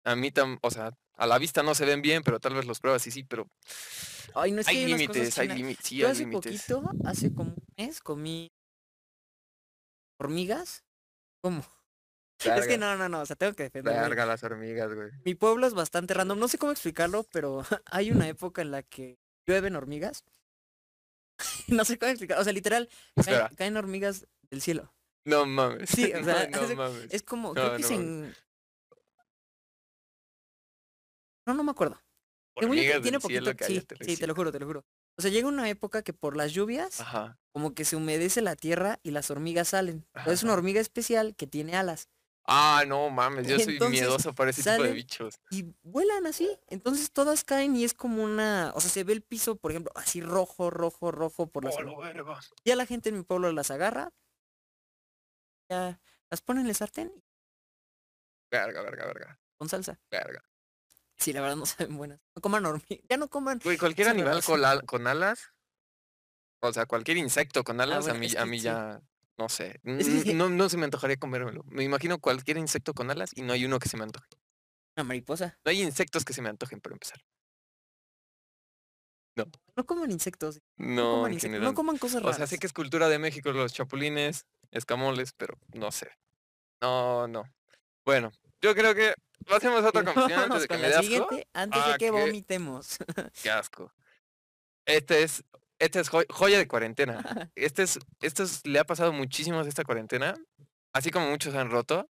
Speaker 2: a mí, tam, o sea, a la vista no se ven bien, pero tal vez los pruebas y sí, pero
Speaker 1: Ay, no es que
Speaker 2: hay
Speaker 1: unas cosas
Speaker 2: límites, hay
Speaker 1: chinas-
Speaker 2: límites, sí,
Speaker 1: Yo
Speaker 2: hay
Speaker 1: hace
Speaker 2: límites.
Speaker 1: poquito, hace como un mes, comí hormigas. ¿Cómo? Es que no, no, no, o sea, tengo que defenderme.
Speaker 2: Larga las hormigas, güey.
Speaker 1: Mi pueblo es bastante random, no sé cómo explicarlo, pero hay una época en la que llueven hormigas. no sé cómo explicar, o sea, literal,
Speaker 2: Espera.
Speaker 1: caen, caen hormigas del cielo.
Speaker 2: No mames.
Speaker 1: Sí, o
Speaker 2: No,
Speaker 1: sea,
Speaker 2: no,
Speaker 1: hace-
Speaker 2: mames.
Speaker 1: Es como,
Speaker 2: No,
Speaker 1: creo que
Speaker 2: no
Speaker 1: es en... No, no me acuerdo. Según yo,
Speaker 2: Hormigas
Speaker 1: tiene
Speaker 2: del
Speaker 1: poquito,
Speaker 2: cielo,
Speaker 1: sí,
Speaker 2: cállate,
Speaker 1: sí, te lo juro, te lo juro. O sea, llega una época que por las lluvias
Speaker 2: Ajá.
Speaker 1: como que se humedece la tierra y las hormigas salen. O sea, es una
Speaker 2: Ajá.
Speaker 1: hormiga especial que tiene alas
Speaker 2: Ah, no mames, yo soy
Speaker 1: Entonces,
Speaker 2: miedoso para ese tipo de
Speaker 1: salen-
Speaker 2: bichos.
Speaker 1: y vuelan así. Entonces todas caen y es como una, o sea, se ve el piso, por ejemplo, así rojo, rojo, rojo por las
Speaker 2: Oh,
Speaker 1: hormigas.
Speaker 2: lo verga.
Speaker 1: Ya la gente en mi pueblo las agarra. Ya las pone en el sartén y
Speaker 2: Verga, verga, verga.
Speaker 1: con salsa.
Speaker 2: Verga.
Speaker 1: Sí, la verdad no saben buenas. No coman hormigas. Ya no coman.
Speaker 2: Güey, cualquier
Speaker 1: Sí, me
Speaker 2: animal
Speaker 1: pasa.
Speaker 2: con, al- con alas, o sea, cualquier insecto con alas,
Speaker 1: bueno,
Speaker 2: a mí,
Speaker 1: es
Speaker 2: a
Speaker 1: que
Speaker 2: mí
Speaker 1: sí.
Speaker 2: ya, no sé,
Speaker 1: Es que sí.
Speaker 2: n- no, no se me antojaría comérmelo. Me imagino cualquier insecto con alas y no hay uno que se me antoje.
Speaker 1: Una mariposa.
Speaker 2: No hay insectos que se me antojen, para empezar.
Speaker 1: No coman insectos. No,
Speaker 2: No,
Speaker 1: coman
Speaker 2: en
Speaker 1: insectos.
Speaker 2: general.
Speaker 1: No coman cosas
Speaker 2: O
Speaker 1: raras.
Speaker 2: sea, sé que es cultura de México los chapulines, escamoles, pero no sé. No, no. Bueno, yo creo que pasemos a otra confesión
Speaker 1: Vámonos
Speaker 2: antes de que
Speaker 1: con
Speaker 2: me
Speaker 1: la
Speaker 2: dé asco.
Speaker 1: siguiente antes
Speaker 2: Ah,
Speaker 1: de que
Speaker 2: qué-
Speaker 1: vomitemos.
Speaker 2: Qué asco. Este es, este es joy- joya de cuarentena. Este es, esto es- le ha pasado muchísimos esta cuarentena. Así como muchos han roto.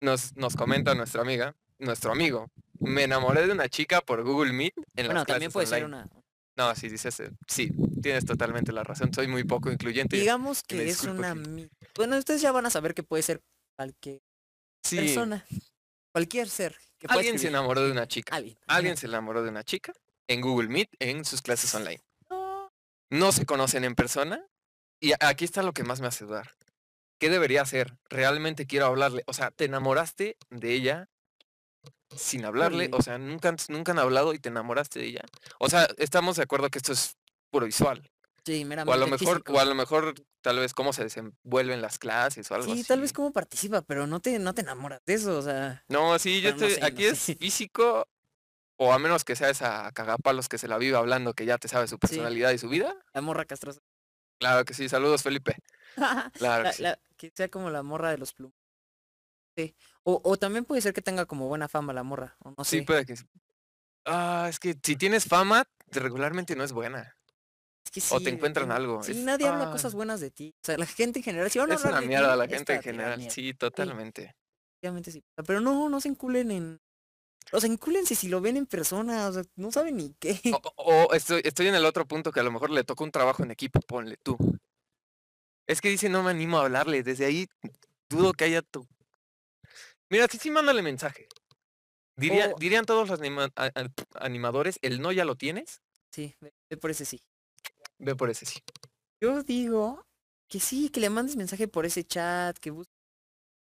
Speaker 2: Nos, nos comenta nuestra amiga, nuestro amigo. Me enamoré de una chica por Google Meet en las
Speaker 1: bueno, también
Speaker 2: clases
Speaker 1: puede ser
Speaker 2: online".
Speaker 1: una.
Speaker 2: No, sí, dices, eh, sí, tienes totalmente la razón. Soy muy poco incluyente. y-
Speaker 1: Digamos
Speaker 2: me
Speaker 1: que es
Speaker 2: disculpo
Speaker 1: una.
Speaker 2: aquí.
Speaker 1: mi- Bueno, ustedes ya van a saber que puede ser cualquier
Speaker 2: Sí,
Speaker 1: persona. Cualquier ser que pueda
Speaker 2: alguien se
Speaker 1: escribir.
Speaker 2: enamoró de una chica.
Speaker 1: Alguien.
Speaker 2: Alguien se enamoró de una chica en Google Meet, en sus clases online. No se conocen en persona. Y a- aquí está lo que más me hace dudar. ¿Qué debería hacer? Realmente quiero hablarle. O sea, te enamoraste de ella sin hablarle.
Speaker 1: Híjole.
Speaker 2: O sea, nunca, antes- nunca han hablado y te enamoraste de ella. O sea, estamos de acuerdo que esto es puro visual.
Speaker 1: Sí, meramente
Speaker 2: O a lo mejor,
Speaker 1: físico.
Speaker 2: o a lo mejor tal vez cómo se desenvuelven las clases o algo
Speaker 1: Sí,
Speaker 2: así.
Speaker 1: tal vez cómo participa, pero no te, no te enamoras de eso, o sea.
Speaker 2: No, sí, yo
Speaker 1: Bueno, no
Speaker 2: estoy,
Speaker 1: sé, no
Speaker 2: aquí
Speaker 1: sé.
Speaker 2: es físico, o a menos que sea esa cagapalos que se la vive hablando, que ya te sabe su personalidad y su vida.
Speaker 1: La morra castrosa.
Speaker 2: Claro que sí, saludos Felipe.
Speaker 1: La-
Speaker 2: Claro que sí.
Speaker 1: la- que sea como la morra de los plumas. Sí. O, o también puede ser que tenga como buena fama la morra. O no sé.
Speaker 2: Sí, pues, puede que sí. Ah, es que si tienes fama, regularmente no es buena.
Speaker 1: Es que
Speaker 2: o
Speaker 1: sí,
Speaker 2: te encuentran
Speaker 1: depende.
Speaker 2: algo,
Speaker 1: Sí,
Speaker 2: es-
Speaker 1: nadie habla
Speaker 2: ah.
Speaker 1: cosas buenas de ti. O sea, la gente en general. Si van a
Speaker 2: es
Speaker 1: hablar
Speaker 2: una
Speaker 1: de ti,
Speaker 2: mierda la
Speaker 1: es
Speaker 2: gente en
Speaker 1: para tirar
Speaker 2: general.
Speaker 1: mierda.
Speaker 2: Sí, totalmente.
Speaker 1: Efectivamente, sí. Pero no, no se enculen en. O sea, encúlense si lo ven en persona, o sea, no saben ni qué.
Speaker 2: O, o- o estoy, estoy en el otro punto que a lo mejor le toca un trabajo en equipo, ponle tú. Es que dice, no me animo a hablarle. Desde ahí dudo que haya tú. Mira, sí, sí, mándale mensaje. Diría-
Speaker 1: O-
Speaker 2: Dirían todos los anima- a- a- animadores, el no ya lo tienes,
Speaker 1: Sí, ve- ve por ese sí.
Speaker 2: ve por ese sí.
Speaker 1: Yo digo que sí, que le mandes mensaje por ese chat, que busques.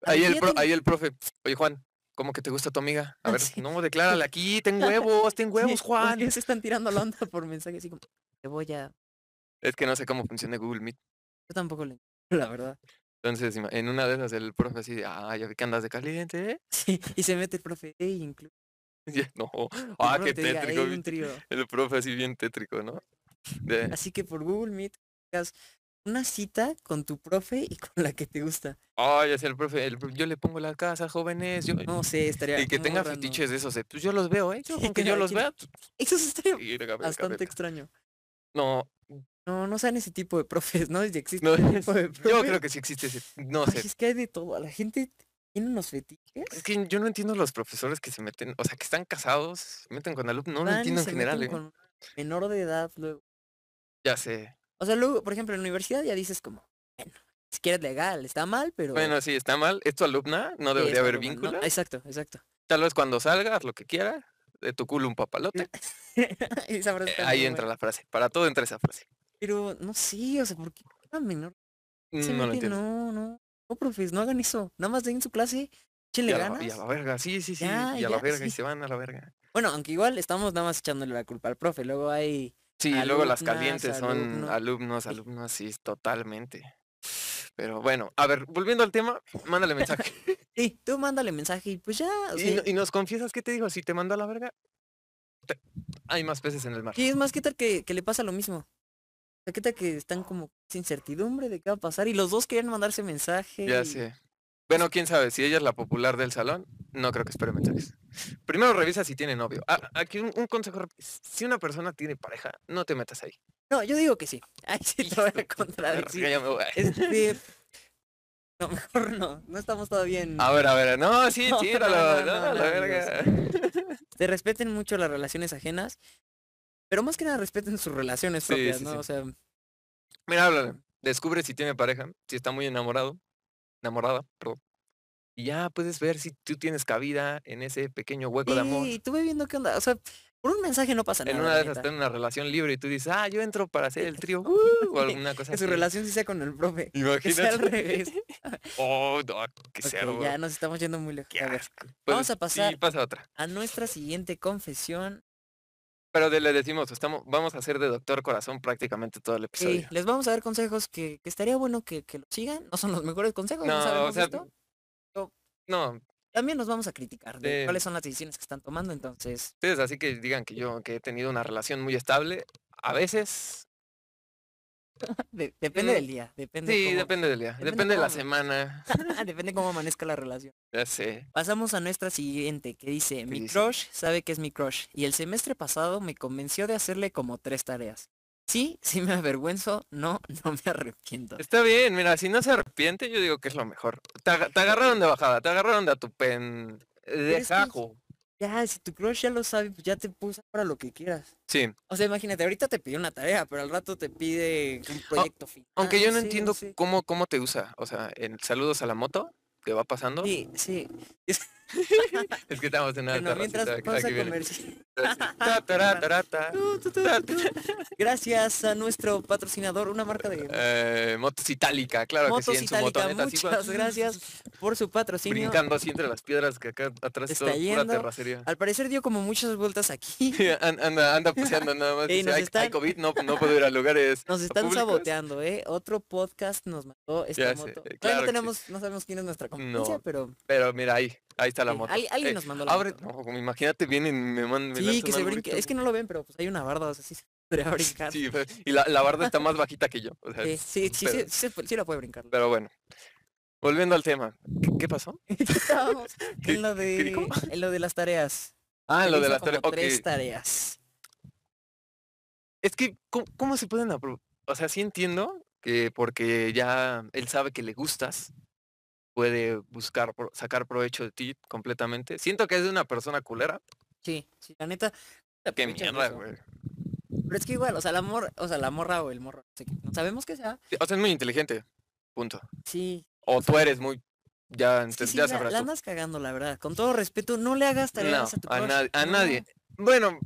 Speaker 2: Ahí el, pro-
Speaker 1: Fíjate
Speaker 2: ahí el profe, oye Juan, ¿cómo que te gusta tu amiga? A ver,
Speaker 1: Ah, Sí.
Speaker 2: no, declárale aquí, ten huevos, ten
Speaker 1: que-
Speaker 2: huevos, Juan.
Speaker 1: porque se están tirando la onda por mensaje así como, te voy a.
Speaker 2: Es que no sé cómo funciona Google Meet.
Speaker 1: Yo tampoco le entiendo, la verdad.
Speaker 2: Entonces, ima- en una de esas el profe así, de, ah, ya vi que andas de caliente, ¿eh?".
Speaker 1: Sí, y se mete el profe, "Ey, incluye".
Speaker 2: Ya, no,
Speaker 1: El
Speaker 2: ah,
Speaker 1: profe
Speaker 2: qué
Speaker 1: te diga,
Speaker 2: tétrico.
Speaker 1: "Ey,
Speaker 2: vi-
Speaker 1: un trío".
Speaker 2: El profe así bien tétrico, ¿no? De-
Speaker 1: Así que por Google Meet, hagas una cita con tu profe y con la que te gusta.
Speaker 2: Ay, así el profe, el profe, yo le pongo la casa, jóvenes, yo...
Speaker 1: No sé, estaría
Speaker 2: Y que
Speaker 1: muy
Speaker 2: tenga
Speaker 1: random.
Speaker 2: fetiches de esos, de, pues yo los veo, ¿eh? Yo,
Speaker 1: Sí,
Speaker 2: con que
Speaker 1: que
Speaker 2: yo
Speaker 1: hay
Speaker 2: los
Speaker 1: quien-
Speaker 2: vea... pues, tú-
Speaker 1: Eso estaría
Speaker 2: y la cabeza,
Speaker 1: bastante
Speaker 2: cabeza.
Speaker 1: extraño.
Speaker 2: No,
Speaker 1: No, no sean ese tipo de profes, ¿no? Si existe
Speaker 2: no,
Speaker 1: ese tipo de
Speaker 2: yo
Speaker 1: profes.
Speaker 2: creo que sí existe ese... No
Speaker 1: Ay,
Speaker 2: sé,
Speaker 1: es que hay de todo. La gente tiene unos fetiches.
Speaker 2: es que yo no entiendo los profesores que se meten, o sea, que están casados, se meten con alumnos, no lo
Speaker 1: van y
Speaker 2: entiendo en
Speaker 1: se
Speaker 2: general,
Speaker 1: meten
Speaker 2: ¿eh?
Speaker 1: con un menor de edad luego.
Speaker 2: Ya sé.
Speaker 1: O sea, luego, por ejemplo, en la universidad ya dices como, bueno, ni siquiera es legal, está mal, pero...
Speaker 2: Bueno, sí, está mal, es tu alumna, no
Speaker 1: sí,
Speaker 2: debería
Speaker 1: está
Speaker 2: haber
Speaker 1: normal, ¿no?
Speaker 2: vínculo.
Speaker 1: Exacto, exacto.
Speaker 2: Tal vez cuando salgas, lo que quieras, de tu culo un papalote.
Speaker 1: Esa frase
Speaker 2: eh,
Speaker 1: está
Speaker 2: ahí
Speaker 1: muy
Speaker 2: entra
Speaker 1: buena.
Speaker 2: la frase, para todo entra esa frase.
Speaker 1: Pero no sé, o sea, ¿por qué una menor se
Speaker 2: Mm, no lo
Speaker 1: mete?
Speaker 2: entiendo.
Speaker 1: No, no, no, profes, no hagan eso. Nada más den su clase, échenle
Speaker 2: Y a,
Speaker 1: ganas.
Speaker 2: la, y a la verga, sí, sí, sí,
Speaker 1: Ya,
Speaker 2: y a la
Speaker 1: ya,
Speaker 2: verga, y
Speaker 1: sí.
Speaker 2: se van a la verga.
Speaker 1: Bueno, aunque igual estamos nada más echándole la culpa al profe. Luego hay...
Speaker 2: Sí, luego las
Speaker 1: Alumnas,
Speaker 2: calientes son
Speaker 1: alumnos.
Speaker 2: alumnos, alumnas, sí, totalmente. Pero bueno, a ver, volviendo al tema, mándale mensaje.
Speaker 1: Sí, tú mándale mensaje y pues ya, o
Speaker 2: y,
Speaker 1: sea,
Speaker 2: no- y nos confiesas qué te dijo, si te mandó a la verga, te- hay más peces en el mar.
Speaker 1: Sí, es más, ¿qué tal que, que le pasa lo mismo? O sea, ¿Qué tal que están como sin incertidumbre de qué va a pasar? Y los dos querían mandarse mensaje.
Speaker 2: Ya
Speaker 1: y-
Speaker 2: sé. Bueno, quién sabe, si ella es la popular del salón, no creo que espere mensajes. Primero revisa si tiene novio. Ah, aquí un, un consejo, rap- si una persona tiene pareja, no te metas ahí.
Speaker 1: No, yo digo que sí. Ahí sí te voy
Speaker 2: Hijo de
Speaker 1: a
Speaker 2: tu verga,
Speaker 1: contradecir.
Speaker 2: ya me voy.
Speaker 1: Este... No, mejor no. No estamos todavía en...
Speaker 2: A ver, a ver, no, sí,
Speaker 1: No, no, no,
Speaker 2: tíralo, no,
Speaker 1: no,
Speaker 2: a la
Speaker 1: no,
Speaker 2: verga.
Speaker 1: Se este, respeten mucho las relaciones ajenas. Pero más que nada respeten sus relaciones
Speaker 2: Sí,
Speaker 1: propias,
Speaker 2: sí,
Speaker 1: ¿no?
Speaker 2: sí.
Speaker 1: O sea,
Speaker 2: Mira, háblale. Descubre si tiene pareja, si está muy enamorado, enamorada, perdón. Y ya puedes ver si tú tienes cabida en ese pequeño hueco de amor.
Speaker 1: sí, tú ve viendo qué onda. O sea, por un mensaje no pasa nada.
Speaker 2: En una
Speaker 1: la
Speaker 2: de esas
Speaker 1: neta.
Speaker 2: está en una relación libre y tú dices, ah, yo entro para hacer el trío, uh", o alguna cosa
Speaker 1: Que su
Speaker 2: así.
Speaker 1: relación sí sea con el profe. Que sea al
Speaker 2: Imagínate.
Speaker 1: revés.
Speaker 2: Oh, no, qué
Speaker 1: Ok,
Speaker 2: cerdo.
Speaker 1: ya nos estamos yendo muy lejos.
Speaker 2: Qué
Speaker 1: A ver,
Speaker 2: asco.
Speaker 1: vamos
Speaker 2: Pues,
Speaker 1: a pasar
Speaker 2: Sí, pasa otra.
Speaker 1: a nuestra siguiente confesión.
Speaker 2: Pero de- le decimos, estamos, vamos a hacer de Doctor Corazón prácticamente todo el
Speaker 1: Sí,
Speaker 2: episodio.
Speaker 1: eh, les vamos a dar consejos que, que estaría bueno que, que lo sigan. No son los mejores consejos, no,
Speaker 2: No, o
Speaker 1: sabemos
Speaker 2: sea,
Speaker 1: esto.
Speaker 2: No,
Speaker 1: También nos vamos a criticar de
Speaker 2: Sí.
Speaker 1: cuáles son las decisiones que están tomando, entonces.
Speaker 2: ustedes así que digan que yo que he tenido una relación muy estable, a veces
Speaker 1: de- depende
Speaker 2: Mm.
Speaker 1: del día, depende
Speaker 2: Sí,
Speaker 1: cómo,
Speaker 2: depende del día. Depende,
Speaker 1: depende
Speaker 2: de la
Speaker 1: cómo-
Speaker 2: semana.
Speaker 1: depende cómo amanezca la relación.
Speaker 2: Ya sé.
Speaker 1: Pasamos a nuestra siguiente, que dice, mi
Speaker 2: dice?
Speaker 1: crush sabe que es mi crush, y el semestre pasado me convenció de hacerle como tres tareas. Sí, sí me avergüenzo, no, no me arrepiento.
Speaker 2: Está bien, mira, si no se arrepiente, yo digo que es lo mejor. Te, aga- te agarraron de bajada, te agarraron de a tu pen...
Speaker 1: es
Speaker 2: De
Speaker 1: que-
Speaker 2: cajo.
Speaker 1: Ya, si tu crush ya lo sabe, pues ya te puse para lo que quieras.
Speaker 2: Sí,
Speaker 1: O sea, imagínate, ahorita te pide una tarea, pero al rato te pide un proyecto final.
Speaker 2: Ah, aunque yo no
Speaker 1: sé,
Speaker 2: entiendo
Speaker 1: sé.
Speaker 2: cómo, cómo te usa. O sea, en saludos a la moto que va pasando.
Speaker 1: Sí, sí.
Speaker 2: Es que estamos en una
Speaker 1: Bueno,
Speaker 2: terracita,
Speaker 1: mientras
Speaker 2: aquí-
Speaker 1: pasa
Speaker 2: aquí
Speaker 1: a
Speaker 2: viene.
Speaker 1: comercial.
Speaker 2: Ta, tará, tará, ta.
Speaker 1: Tu, tu, tu,
Speaker 2: Ta,
Speaker 1: tu, tu. Gracias a nuestro patrocinador, una marca de
Speaker 2: Eh, motos itálica, claro que
Speaker 1: motos
Speaker 2: sí, en su
Speaker 1: itálica.
Speaker 2: motoneta así va,
Speaker 1: Muchas gracias por su patrocinio.
Speaker 2: brincando así entre las piedras que acá atrás es
Speaker 1: Está
Speaker 2: todo pura
Speaker 1: yendo.
Speaker 2: terracería.
Speaker 1: Al parecer dio como muchas vueltas aquí.
Speaker 2: Sí, an- anda, anda paseando nada más.
Speaker 1: Ey,
Speaker 2: dice,
Speaker 1: nos
Speaker 2: "Hay- hay
Speaker 1: están-
Speaker 2: COVID, no, no puedo ir a lugares.
Speaker 1: Nos están
Speaker 2: públicos.
Speaker 1: saboteando, ¿eh? Otro podcast nos mandó esta
Speaker 2: Ya sé,
Speaker 1: moto. Todavía
Speaker 2: claro
Speaker 1: no
Speaker 2: que sí.
Speaker 1: tenemos, no sabemos quién es nuestra competencia,
Speaker 2: No,
Speaker 1: pero
Speaker 2: Pero mira, ahí, ahí está la
Speaker 1: sí,
Speaker 2: moto.
Speaker 1: al- alguien
Speaker 2: Eh,
Speaker 1: nos mandó la
Speaker 2: abre,
Speaker 1: moto.
Speaker 2: no, como imagínate, vienen y me mandan.
Speaker 1: Sí,
Speaker 2: me lanzan
Speaker 1: que se
Speaker 2: algo
Speaker 1: brinque.
Speaker 2: ahorita,
Speaker 1: Es que no lo ven, pero pues hay una barda, o sea, sí se podría brincar.
Speaker 2: Sí, fue- y la, la barda está más bajita que yo. o sea,
Speaker 1: Sí, sí, sí,
Speaker 2: pero,
Speaker 1: sí, sí, pu- sí la puede brincar.
Speaker 2: pero bueno. Volviendo al tema. ¿Qué, qué pasó?
Speaker 1: Estábamos
Speaker 2: ¿Qué-
Speaker 1: en lo
Speaker 2: qué
Speaker 1: de,
Speaker 2: dijo?
Speaker 1: en lo de las tareas.
Speaker 2: Ah,
Speaker 1: que
Speaker 2: lo
Speaker 1: le
Speaker 2: de
Speaker 1: hizo
Speaker 2: las
Speaker 1: como
Speaker 2: tareas. ok.
Speaker 1: tres tareas.
Speaker 2: Es que, ¿cómo, cómo se pueden apro- O sea, sí entiendo que porque ya él sabe que le gustas, puede buscar, pro- sacar provecho de ti completamente. Siento que es de una persona culera.
Speaker 1: Sí, sí, la neta. se
Speaker 2: Qué
Speaker 1: aprovechan de
Speaker 2: mierda,
Speaker 1: eso.
Speaker 2: güey.
Speaker 1: Pero es que igual, o sea, la morra, o sea, la morra o el morro, no sé qué, no sabemos que sea.
Speaker 2: Sí, O sea, es muy inteligente. Punto.
Speaker 1: Sí.
Speaker 2: O tú eres muy. Ya,
Speaker 1: es
Speaker 2: ente-
Speaker 1: que sí,
Speaker 2: ya
Speaker 1: la,
Speaker 2: sabrás
Speaker 1: la
Speaker 2: tú.
Speaker 1: andas cagando, la verdad. Con todo respeto, no le hagas
Speaker 2: No,
Speaker 1: tareas a tu
Speaker 2: a,
Speaker 1: crush,
Speaker 2: nadie- a
Speaker 1: no.
Speaker 2: nadie. Bueno.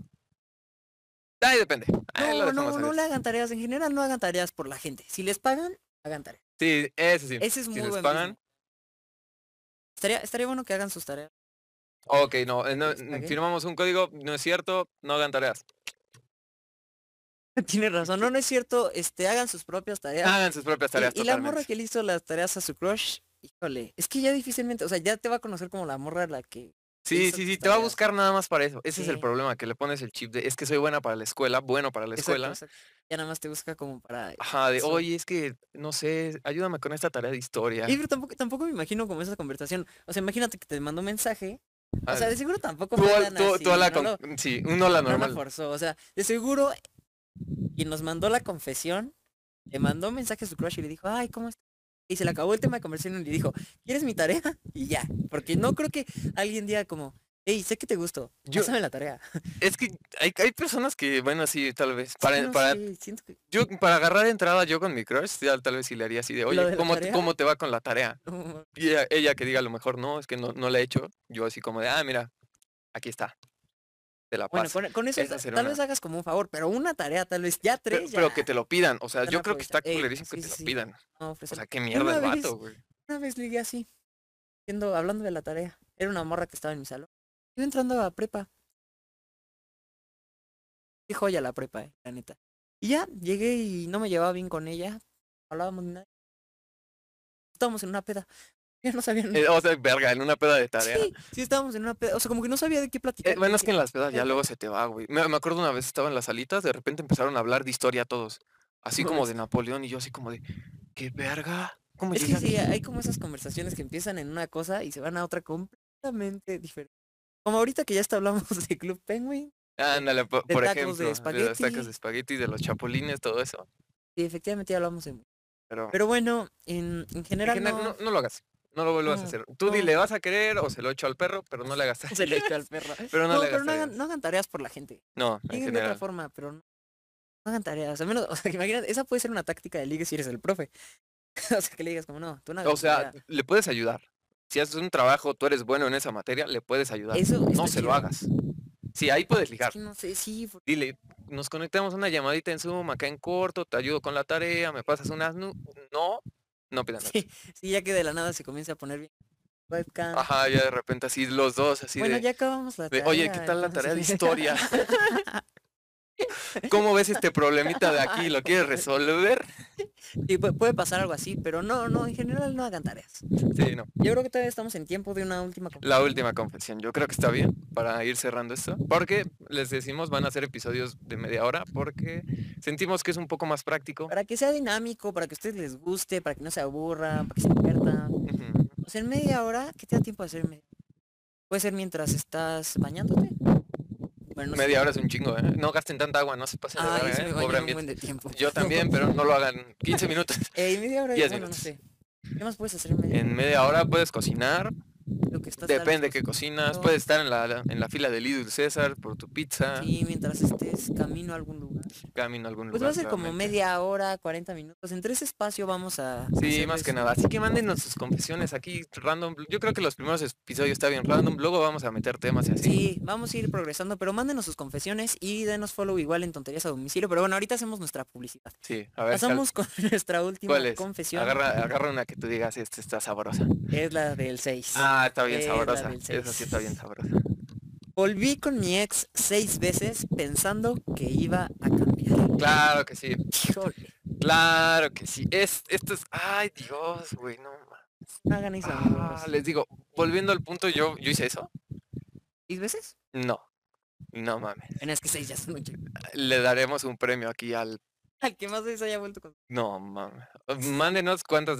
Speaker 2: Ahí depende. ahí lo
Speaker 1: No,
Speaker 2: dejamos
Speaker 1: no,
Speaker 2: a
Speaker 1: no
Speaker 2: Dios.
Speaker 1: le hagan tareas. En general no hagan tareas por la gente. Si les pagan, hagan tareas.
Speaker 2: Sí, eso sí.
Speaker 1: Ese es muy
Speaker 2: si les
Speaker 1: buen
Speaker 2: pagan.
Speaker 1: business. Estaría, estaría bueno que hagan sus tareas.
Speaker 2: Ok, no, eh, no,
Speaker 1: les
Speaker 2: mm,
Speaker 1: paguen.
Speaker 2: Firmamos un código. No es cierto. No hagan tareas.
Speaker 1: Tiene razón. No, no es cierto. Este, hagan sus propias tareas.
Speaker 2: Hagan sus propias tareas
Speaker 1: y, y la
Speaker 2: totalmente.
Speaker 1: morra que le hizo las tareas a su crush, híjole, es que ya difícilmente, o sea, ya te va a conocer como la morra a la que...
Speaker 2: Sí,
Speaker 1: hizo
Speaker 2: sí,
Speaker 1: tus
Speaker 2: sí, te va a
Speaker 1: tareas.
Speaker 2: buscar nada más para eso. Ese es el
Speaker 1: Sí.
Speaker 2: problema, que le pones el chip de es que soy buena para la escuela, bueno para la
Speaker 1: Exacto,
Speaker 2: escuela. Ah,
Speaker 1: exacto. Ya nada más te busca como para...
Speaker 2: Ajá, de
Speaker 1: eso.
Speaker 2: oye, es que no sé, ayúdame con esta tarea de historia.
Speaker 1: Y pero tampoco, tampoco me imagino como esa conversación. O sea, imagínate que te mandó un mensaje.
Speaker 2: Ah,
Speaker 1: O sea, de seguro tampoco
Speaker 2: tú, al-
Speaker 1: mandan
Speaker 2: tú- tú a
Speaker 1: así,
Speaker 2: la
Speaker 1: no
Speaker 2: con-
Speaker 1: lo-
Speaker 2: sí, un hola
Speaker 1: no lo
Speaker 2: normal.
Speaker 1: forzó. O sea, de seguro quien nos mandó la confesión le mandó un mensaje a su crush y le dijo, ay, ¿cómo estás? Y se le acabó el tema de conversación y le dijo, ¿quieres mi tarea? Y ya. Porque no creo que alguien diga como, hey, sé que te gusto,
Speaker 2: Yo-
Speaker 1: yo... pásame la tarea.
Speaker 2: es que hay, hay personas que, bueno, sí, tal vez. Para,
Speaker 1: No
Speaker 2: para,
Speaker 1: sé, siento que-
Speaker 2: yo, para agarrar entrada yo con mi crush, ya tal vez sí le haría así de,
Speaker 1: de
Speaker 2: oye,
Speaker 1: la
Speaker 2: ¿cómo, te-
Speaker 1: tarea?
Speaker 2: ¿cómo te va con la tarea?
Speaker 1: no,
Speaker 2: Y ella, ella que diga a lo mejor, no, es que no, no la he hecho. Yo así como de, ah, mira, aquí está. Te la
Speaker 1: Bueno,
Speaker 2: paso.
Speaker 1: con, con eso
Speaker 2: Esa
Speaker 1: ta-
Speaker 2: será
Speaker 1: tal
Speaker 2: una-
Speaker 1: vez hagas como un favor, pero una tarea, tal vez ya
Speaker 2: Pe-
Speaker 1: tres.
Speaker 2: pero,
Speaker 1: ya.
Speaker 2: que te lo pidan. O sea,
Speaker 1: Van
Speaker 2: yo
Speaker 1: a
Speaker 2: creo que está
Speaker 1: aprovechar. Ey,
Speaker 2: culerísimo
Speaker 1: Eh, sí,
Speaker 2: que te
Speaker 1: sí,
Speaker 2: lo
Speaker 1: sí.
Speaker 2: pidan.
Speaker 1: No,
Speaker 2: O
Speaker 1: ofrecer.
Speaker 2: sea, qué mierda el
Speaker 1: vez-
Speaker 2: vato, güey.
Speaker 1: Una vez ligué así, siendo, hablando de la tarea. Era una morra que estaba en mi salón. Yo entrando a prepa. Qué joya la prepa, eh, la neta. Y ya, llegué y no me llevaba bien con ella. Hablábamos ni nada. Estábamos en una peda. Ya no sabía nada.
Speaker 2: Eh, o sea, verga, en una peda de tarea.
Speaker 1: Mm. Sí, sí, estábamos en una peda. O sea, como que no sabía de qué platicar.
Speaker 2: Eh, bueno, es que
Speaker 1: dije,
Speaker 2: en las pedas ya
Speaker 1: "Verga".
Speaker 2: luego se te va, güey. Me, me acuerdo una vez estaba en las salitas, de repente empezaron a hablar de historia todos. Así como de Napoleón y yo así como de, ¿qué verga? ¿Cómo
Speaker 1: Es que
Speaker 2: llegué
Speaker 1: sí,
Speaker 2: aquí?".
Speaker 1: hay como esas conversaciones que empiezan en una cosa y se van a otra completamente diferente. Como ahorita que ya hasta hablamos de Club Penguin,
Speaker 2: Ah, Ándale, po- por,
Speaker 1: de tacos de
Speaker 2: ejemplo, de las tacas
Speaker 1: espagueti.
Speaker 2: de espagueti, de los chapulines, todo eso.
Speaker 1: y efectivamente ya hablamos de...
Speaker 2: Pero,
Speaker 1: Pero bueno, en, en
Speaker 2: Ah. en
Speaker 1: general,
Speaker 2: general,
Speaker 1: no,
Speaker 2: no, no lo hagas. No lo vuelvas a
Speaker 1: No,
Speaker 2: hacer. Tú
Speaker 1: no.
Speaker 2: dile, vas a querer o se lo echo al perro, pero no le hagas
Speaker 1: se le
Speaker 2: tareas.
Speaker 1: echó al perro.
Speaker 2: Pero no,
Speaker 1: No,
Speaker 2: le hagas
Speaker 1: pero no hagan,
Speaker 2: tareas.
Speaker 1: no hagan tareas por la gente.
Speaker 2: No, en
Speaker 1: Lleguen de otra
Speaker 2: general.
Speaker 1: forma, pero no, no hagan tareas. Al menos, o sea, que imagínate, esa puede ser una táctica de ligue si eres el profe. o sea, que le digas como, no, tú no hagas
Speaker 2: O
Speaker 1: tu
Speaker 2: sea,
Speaker 1: tarea".
Speaker 2: le puedes ayudar. Si haces un trabajo, tú eres bueno en esa materia, le puedes ayudar.
Speaker 1: eso está
Speaker 2: no se
Speaker 1: chido.
Speaker 2: lo hagas. Sí, ahí puedes
Speaker 1: Es
Speaker 2: ligar.
Speaker 1: que no sé, sí, por-
Speaker 2: Dile, nos conectamos una llamadita en Zoom, acá en corto, te ayudo con la tarea, me pasas unas... nu- No, no pidan nada.
Speaker 1: sí, sí, ya que de la nada se comienza a poner bien webcam.
Speaker 2: Ajá, ya de repente así los dos, así
Speaker 1: bueno,
Speaker 2: Ah, de...
Speaker 1: ya acabamos la
Speaker 2: de,
Speaker 1: tarea.
Speaker 2: Oye, ¿qué tal la tarea de
Speaker 1: entonces".
Speaker 2: historia? ¿Cómo ves este problemita de aquí? ¿Lo quieres resolver?
Speaker 1: Sí, pu- puede pasar algo así, pero no, no, en general no hagan tareas.
Speaker 2: Sí, no.
Speaker 1: Yo creo que todavía estamos en tiempo de una última conversación.
Speaker 2: La última confesión, yo creo que está bien para ir cerrando esto, porque les decimos van a ser episodios de media hora, porque sentimos que es un poco más práctico.
Speaker 1: Para que sea dinámico, para que a ustedes les guste, para que no se aburran, para que se diviertan.
Speaker 2: Ujú.
Speaker 1: O sea, en media hora, ¿qué te da tiempo de hacer en media hora? Puede ser mientras estás bañándote. Bueno, no sé.
Speaker 2: Media hora es un chingo, ¿eh? No gasten tanta agua, no se pasen de
Speaker 1: Ah, yo
Speaker 2: verga,
Speaker 1: sí
Speaker 2: ¿eh?
Speaker 1: me
Speaker 2: Pobre
Speaker 1: baño un
Speaker 2: ambiente.
Speaker 1: buen de tiempo.
Speaker 2: Yo también, pero no lo hagan 15 minutos.
Speaker 1: Eh, en media hora,
Speaker 2: Diez
Speaker 1: bueno, no
Speaker 2: minutos.
Speaker 1: sé. ¿Qué más puedes hacer en media hora?
Speaker 2: En media hora puedes cocinar,
Speaker 1: Lo que estás tal vez
Speaker 2: depende qué cocinas,
Speaker 1: cocinando.
Speaker 2: puedes estar en la, en la fila del Lidl César por tu pizza,
Speaker 1: Sí, mientras estés camino a algún lugar.
Speaker 2: camino a algún lugar.
Speaker 1: Pues va a ser como
Speaker 2: nuevamente.
Speaker 1: media hora, 40 minutos. Entre ese espacio vamos a...
Speaker 2: Sí, más
Speaker 1: hacerles-
Speaker 2: que nada. Así que mándenos sus confesiones aquí, random. Yo creo que los primeros episodios está bien random, luego vamos a meter temas y así.
Speaker 1: Sí, vamos a ir progresando, pero mándenos sus confesiones y denos follow igual en tonterías a domicilio. Pero bueno, ahorita hacemos nuestra publicidad.
Speaker 2: Sí, a ver, cal-
Speaker 1: Pasamos con nuestra última
Speaker 2: ¿Cuál es?
Speaker 1: confesión.
Speaker 2: agarra, agarra una que tú digas, esta está sabrosa.
Speaker 1: Es la del 6.
Speaker 2: Ah, está bien
Speaker 1: Eh, la
Speaker 2: sabrosa.
Speaker 1: del
Speaker 2: Esa sí está bien
Speaker 1: seis.
Speaker 2: sabrosa.
Speaker 1: Volví con mi ex seis veces pensando que iba a cambiar.
Speaker 2: Claro que sí,
Speaker 1: Híjole,
Speaker 2: claro que sí. Es, esto es, ay Dios, güey, no mames.
Speaker 1: no hagan eso,
Speaker 2: Ah,
Speaker 1: amigos.
Speaker 2: les digo, volviendo al punto, yo, yo hice eso.
Speaker 1: ¿Seis veces?
Speaker 2: No, no mames.
Speaker 1: Bueno, es que seis ya son un chingo.
Speaker 2: Le daremos un premio aquí al.
Speaker 1: Al que más veces haya vuelto con...
Speaker 2: No mames. Mándenos cuántas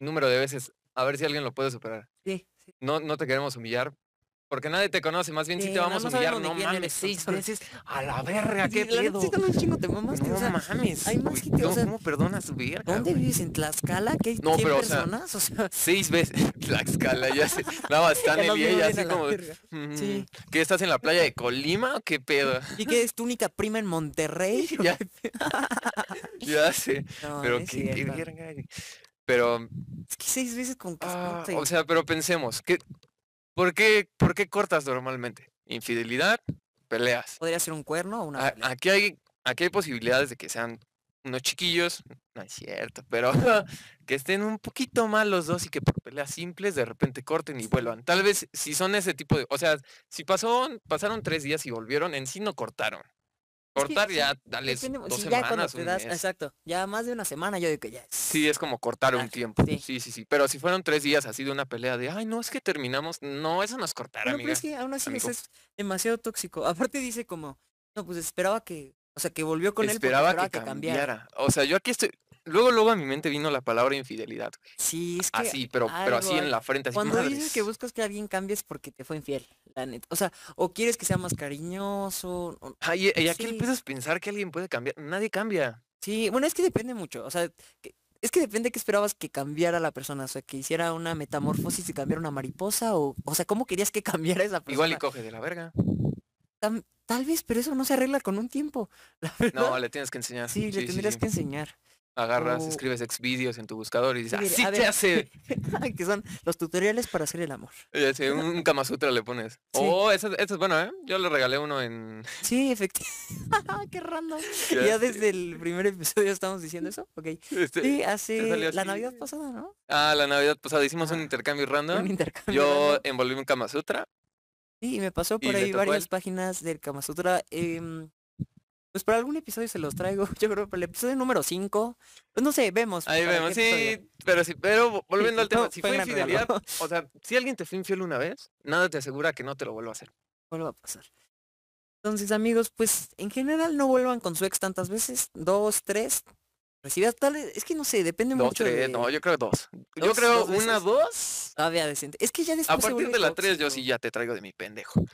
Speaker 2: número de veces. A ver si alguien lo puede superar.
Speaker 1: Sí, sí.
Speaker 2: No, no te queremos humillar. Porque nadie te conoce, más bien si
Speaker 1: Sí,
Speaker 2: te
Speaker 1: no,
Speaker 2: vamos
Speaker 1: no
Speaker 2: a humillar,
Speaker 1: sabemos ni
Speaker 2: no
Speaker 1: quién
Speaker 2: mames,
Speaker 1: eres,
Speaker 2: seis
Speaker 1: entonces.
Speaker 2: veces, a la verga, qué
Speaker 1: Sí, la neta
Speaker 2: pedo.
Speaker 1: sí con un chingo te mamaste,
Speaker 2: No
Speaker 1: o sea,
Speaker 2: mames.
Speaker 1: hay más
Speaker 2: güey,
Speaker 1: que te- o
Speaker 2: ¿cómo-
Speaker 1: sea,
Speaker 2: ¿Cómo perdonas su verga,
Speaker 1: ¿dónde
Speaker 2: güey?
Speaker 1: vives? ¿En Tlaxcala? ¿Qué,
Speaker 2: No,
Speaker 1: 100
Speaker 2: pero, o sea,
Speaker 1: personas? O sea,
Speaker 2: Seis veces, Tlaxcala, ya se, nada más están
Speaker 1: ya
Speaker 2: él
Speaker 1: nos
Speaker 2: y
Speaker 1: vimos
Speaker 2: ella
Speaker 1: bien a
Speaker 2: así
Speaker 1: la
Speaker 2: como,
Speaker 1: verga. Sí.
Speaker 2: "Mm, ¿qué estás en la playa de Colima o qué pedo?
Speaker 1: ¿Y qué es tu única prima en Monterrey?
Speaker 2: Ya. Ya sé.
Speaker 1: No,
Speaker 2: Pero
Speaker 1: no es
Speaker 2: qué, qué
Speaker 1: cierto.
Speaker 2: verga, güey. Pero,
Speaker 1: Es que seis veces con que
Speaker 2: ah,
Speaker 1: espérate.
Speaker 2: o sea, pero pensemos, ¿qué, por, qué, ¿por qué cortas normalmente? Infidelidad, peleas.
Speaker 1: podría ser un cuerno o una
Speaker 2: A-
Speaker 1: pelea.
Speaker 2: aquí, hay, aquí hay posibilidades de que sean unos chiquillos, no es cierto, pero que estén un poquito mal los dos y que por peleas simples de repente corten y vuelvan. Tal vez si son ese tipo de, o sea, si pasó, pasaron tres días y volvieron, en sí no cortaron. Cortar ya, dales
Speaker 1: Depende mu-
Speaker 2: dos
Speaker 1: sí, ya cuando
Speaker 2: semanas,
Speaker 1: te
Speaker 2: un
Speaker 1: das-
Speaker 2: mes.
Speaker 1: exacto, ya más de una semana yo digo que ya es.
Speaker 2: Sí, es como cortar un
Speaker 1: Exacto,
Speaker 2: tiempo.
Speaker 1: Ah, sí.
Speaker 2: Sí. sí, sí, Pero si fueron tres días así de una pelea de, ay, no, es que terminamos. No, eso no es cortar,
Speaker 1: Bueno,
Speaker 2: amiga.
Speaker 1: pero es que aún así eso
Speaker 2: amigo.
Speaker 1: es demasiado tóxico. Aparte dice como, no, pues esperaba que, o sea, que volvió con
Speaker 2: esperaba,
Speaker 1: él porque
Speaker 2: que, cambiara. O sea, yo aquí estoy... Luego, luego a mi mente vino la palabra infidelidad. güey.
Speaker 1: Sí, es que
Speaker 2: Así, pero, pero así
Speaker 1: algo hay.
Speaker 2: en la frente. Así,
Speaker 1: cuando dices que
Speaker 2: "Madres".
Speaker 1: buscas que alguien cambie es porque te fue infiel, la neta. O sea, o quieres que sea más cariñoso. o-
Speaker 2: Ay, y- y aquí
Speaker 1: Sí.
Speaker 2: empiezas a pensar que alguien puede cambiar. Nadie cambia.
Speaker 1: Sí, bueno, es que depende mucho. O sea, que- es que depende que esperabas que cambiara la persona. O sea, que hiciera una metamorfosis y cambiara una mariposa. O, o sea, ¿cómo querías que cambiara esa persona?
Speaker 2: Igual y coge de la verga.
Speaker 1: Tam- tal vez, pero eso no se arregla con un tiempo. La verdad.
Speaker 2: No, le tienes que enseñar.
Speaker 1: sí, le tendrías
Speaker 2: sí.
Speaker 1: que enseñar.
Speaker 2: Agarras,
Speaker 1: o-
Speaker 2: escribes exvideos en tu buscador y dices,
Speaker 1: Sí, mire,
Speaker 2: así
Speaker 1: a
Speaker 2: te
Speaker 1: ver".
Speaker 2: hace.
Speaker 1: que son los tutoriales para hacer el amor.
Speaker 2: Y así, un, un Kama Sutra le pones. Oh, eso, eso es bueno, ¿eh? Yo le regalé uno en...
Speaker 1: Sí, efectivamente. Qué random. Ya desde el primer episodio estamos diciendo eso. Ok.
Speaker 2: Este-
Speaker 1: Sí, hace
Speaker 2: salió
Speaker 1: la
Speaker 2: así.
Speaker 1: Navidad pasada, ¿no?
Speaker 2: Ah, la Navidad pasada hicimos un
Speaker 1: Ajá.
Speaker 2: intercambio
Speaker 1: Un
Speaker 2: random.
Speaker 1: intercambio.
Speaker 2: Yo
Speaker 1: random.
Speaker 2: envolví un Kama Sutra.
Speaker 1: Sí, y me pasó
Speaker 2: y
Speaker 1: por
Speaker 2: le
Speaker 1: ahí
Speaker 2: tocó a
Speaker 1: varias
Speaker 2: él.
Speaker 1: páginas del Kama Sutra. em, pues para algún episodio se los traigo. Yo creo para el episodio número 5. Pues no sé, vemos.
Speaker 2: Ahí
Speaker 1: para
Speaker 2: vemos,
Speaker 1: qué episodio.
Speaker 2: sí, pero sí, pero vo- volviendo al
Speaker 1: Fue-
Speaker 2: tema, si
Speaker 1: fue
Speaker 2: fue
Speaker 1: gran regalo.
Speaker 2: infidelidad, o sea, si alguien te fue infiel una vez, nada te asegura que no te lo vuelva a hacer.
Speaker 1: Vuelva a pasar. Entonces, amigos, pues en general no vuelvan con su ex tantas veces. Dos, tres. Recibas tal es que no sé, depende
Speaker 2: Dos,
Speaker 1: mucho
Speaker 2: tres,
Speaker 1: de...
Speaker 2: no, yo creo dos. yo
Speaker 1: Dos,
Speaker 2: creo
Speaker 1: dos
Speaker 2: una,
Speaker 1: veces.
Speaker 2: dos.
Speaker 1: Todavía decente. Es que ya después
Speaker 2: A
Speaker 1: se
Speaker 2: partir
Speaker 1: vuelve
Speaker 2: de la tres, yo sí
Speaker 1: tóxico.
Speaker 2: ya te traigo de mi pendejo.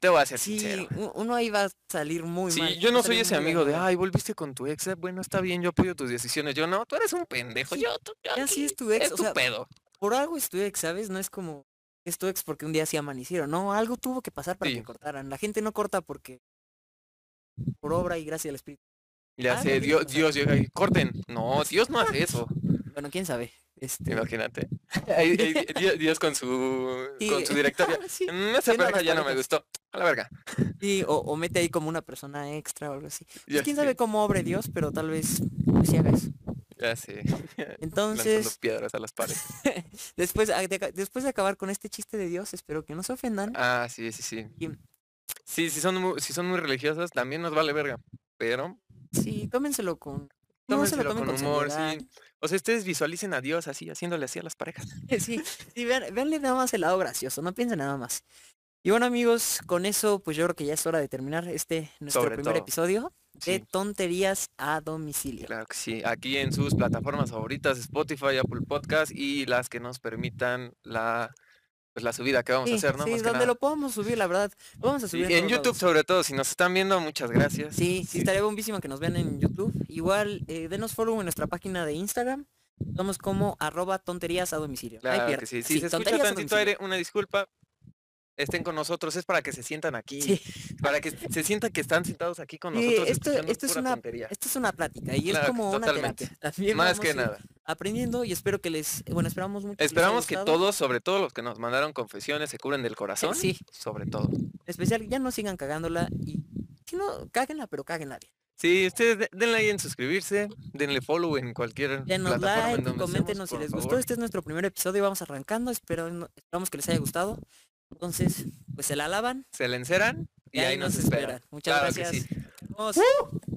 Speaker 2: Te voy a ser sincero.
Speaker 1: Sí, u- uno ahí va a salir muy
Speaker 2: Sí,
Speaker 1: mal.
Speaker 2: yo
Speaker 1: va
Speaker 2: no
Speaker 1: a salir
Speaker 2: soy ese
Speaker 1: muy
Speaker 2: amigo de,
Speaker 1: dañado.
Speaker 2: ay, volviste con tu ex, eh, bueno, está bien, yo apoyo tus decisiones. Yo no, tú eres un pendejo,
Speaker 1: Sí,
Speaker 2: yo, tú, yo
Speaker 1: Ya sí
Speaker 2: aquí,
Speaker 1: es tu ex,
Speaker 2: es
Speaker 1: o
Speaker 2: tu
Speaker 1: sea,
Speaker 2: pedo.
Speaker 1: por algo es tu ex, ¿sabes? No es como es tu ex porque un día se amanecieron. No, algo tuvo que pasar para que
Speaker 2: Sí.
Speaker 1: cortaran. La gente no corta porque por obra y gracia del espíritu.
Speaker 2: Ya
Speaker 1: algo
Speaker 2: sé,
Speaker 1: tiene
Speaker 2: Dios,
Speaker 1: que
Speaker 2: Dios llega y corten. No, Dios no hace eso.
Speaker 1: Bueno, quién sabe. Este,
Speaker 2: Imagínate. Ahí- ahí di- Dios, Dios con su
Speaker 1: Sí,
Speaker 2: con su directoria.
Speaker 1: sí,
Speaker 2: "Mm, esa
Speaker 1: viendo a
Speaker 2: verga
Speaker 1: las
Speaker 2: ya no me
Speaker 1: parejas". Pues,
Speaker 2: gustó. A la verga.
Speaker 1: sí, o, o mete ahí como una persona extra o algo así. Pues
Speaker 2: Ya
Speaker 1: quién
Speaker 2: sé,
Speaker 1: sabe cómo obre Dios, pero tal vez pues, sí haga eso.
Speaker 2: Ya sé. Lanzando
Speaker 1: Entonces,
Speaker 2: piedras a las paredes.
Speaker 1: después, ah, de aca- después de acabar con este chiste de Dios, espero que no se ofendan.
Speaker 2: Ah, sí, sí, sí.
Speaker 1: Y-
Speaker 2: Sí, si son muy, si son muy religiosas, también nos vale verga. Pero
Speaker 1: Sí, tómenselo con... No se lo
Speaker 2: tómenselo
Speaker 1: tomen
Speaker 2: con
Speaker 1: con
Speaker 2: humor,
Speaker 1: seriedad.
Speaker 2: sí. O sea, ustedes visualicen a Dios así, haciéndole así a las parejas.
Speaker 1: Sí, sí, vean, veanle nada más el lado gracioso, no piensen nada más. Y bueno amigos, con eso pues yo creo que ya es hora de terminar este nuestro
Speaker 2: Sobre
Speaker 1: primer
Speaker 2: todo,
Speaker 1: episodio de
Speaker 2: Sí,
Speaker 1: tonterías a domicilio.
Speaker 2: claro que sí. Aquí en sus plataformas favoritas, Spotify, Apple Podcast y las que nos permitan la pues la subida que vamos
Speaker 1: Sí,
Speaker 2: a hacer, ¿no?
Speaker 1: sí,
Speaker 2: Más que
Speaker 1: donde
Speaker 2: nada.
Speaker 1: lo podamos subir, la verdad. Lo vamos a
Speaker 2: Sí,
Speaker 1: subir
Speaker 2: en
Speaker 1: todos
Speaker 2: YouTube
Speaker 1: lados.
Speaker 2: sobre todo, si nos están viendo, muchas gracias.
Speaker 1: Sí, sí, estaría bombísimo que nos vean en YouTube. Igual, eh, denos follow en nuestra página de Instagram. Somos como arroba tonterías a domicilio. No hay
Speaker 2: Claro
Speaker 1: pierde.
Speaker 2: que sí. Si se escucha
Speaker 1: tonterías a
Speaker 2: tantito
Speaker 1: domicilio.
Speaker 2: aire, una disculpa. Estén con nosotros, es para que se sientan aquí,
Speaker 1: Sí,
Speaker 2: para que se sienta que están sentados aquí con
Speaker 1: Sí,
Speaker 2: nosotros.
Speaker 1: esto-
Speaker 2: escuchando
Speaker 1: esto es
Speaker 2: pura
Speaker 1: una-
Speaker 2: tontería.
Speaker 1: esto es una plática y es
Speaker 2: Claro,
Speaker 1: como una
Speaker 2: totalmente.
Speaker 1: terapia. También
Speaker 2: Más
Speaker 1: vamos a
Speaker 2: que
Speaker 1: ir
Speaker 2: nada.
Speaker 1: Aprendiendo y espero que les... Bueno, esperamos mucho. les haya
Speaker 2: Esperamos que
Speaker 1: gustado. Eh,
Speaker 2: todos, sobre todo los que nos mandaron confesiones, se curen del corazón.
Speaker 1: sí.
Speaker 2: Sobre todo.
Speaker 1: En especial, ya no sigan cagándola y si no, cáguenla, pero cáguenla bien.
Speaker 2: Sí, ustedes de- denle ahí en suscribirse, denle follow en cualquier
Speaker 1: Denos
Speaker 2: plataforma en
Speaker 1: like,
Speaker 2: donde
Speaker 1: coméntenos
Speaker 2: estemos,
Speaker 1: si
Speaker 2: por
Speaker 1: les gustó.
Speaker 2: favor.
Speaker 1: Este es nuestro primer episodio, vamos arrancando, espero, esperamos que les haya gustado. Entonces, pues se la lavan
Speaker 2: Se le enceran y, ahí nos, esperan.
Speaker 1: Muchas
Speaker 2: Claro que
Speaker 1: gracias.
Speaker 2: sí.
Speaker 1: Nos vemos.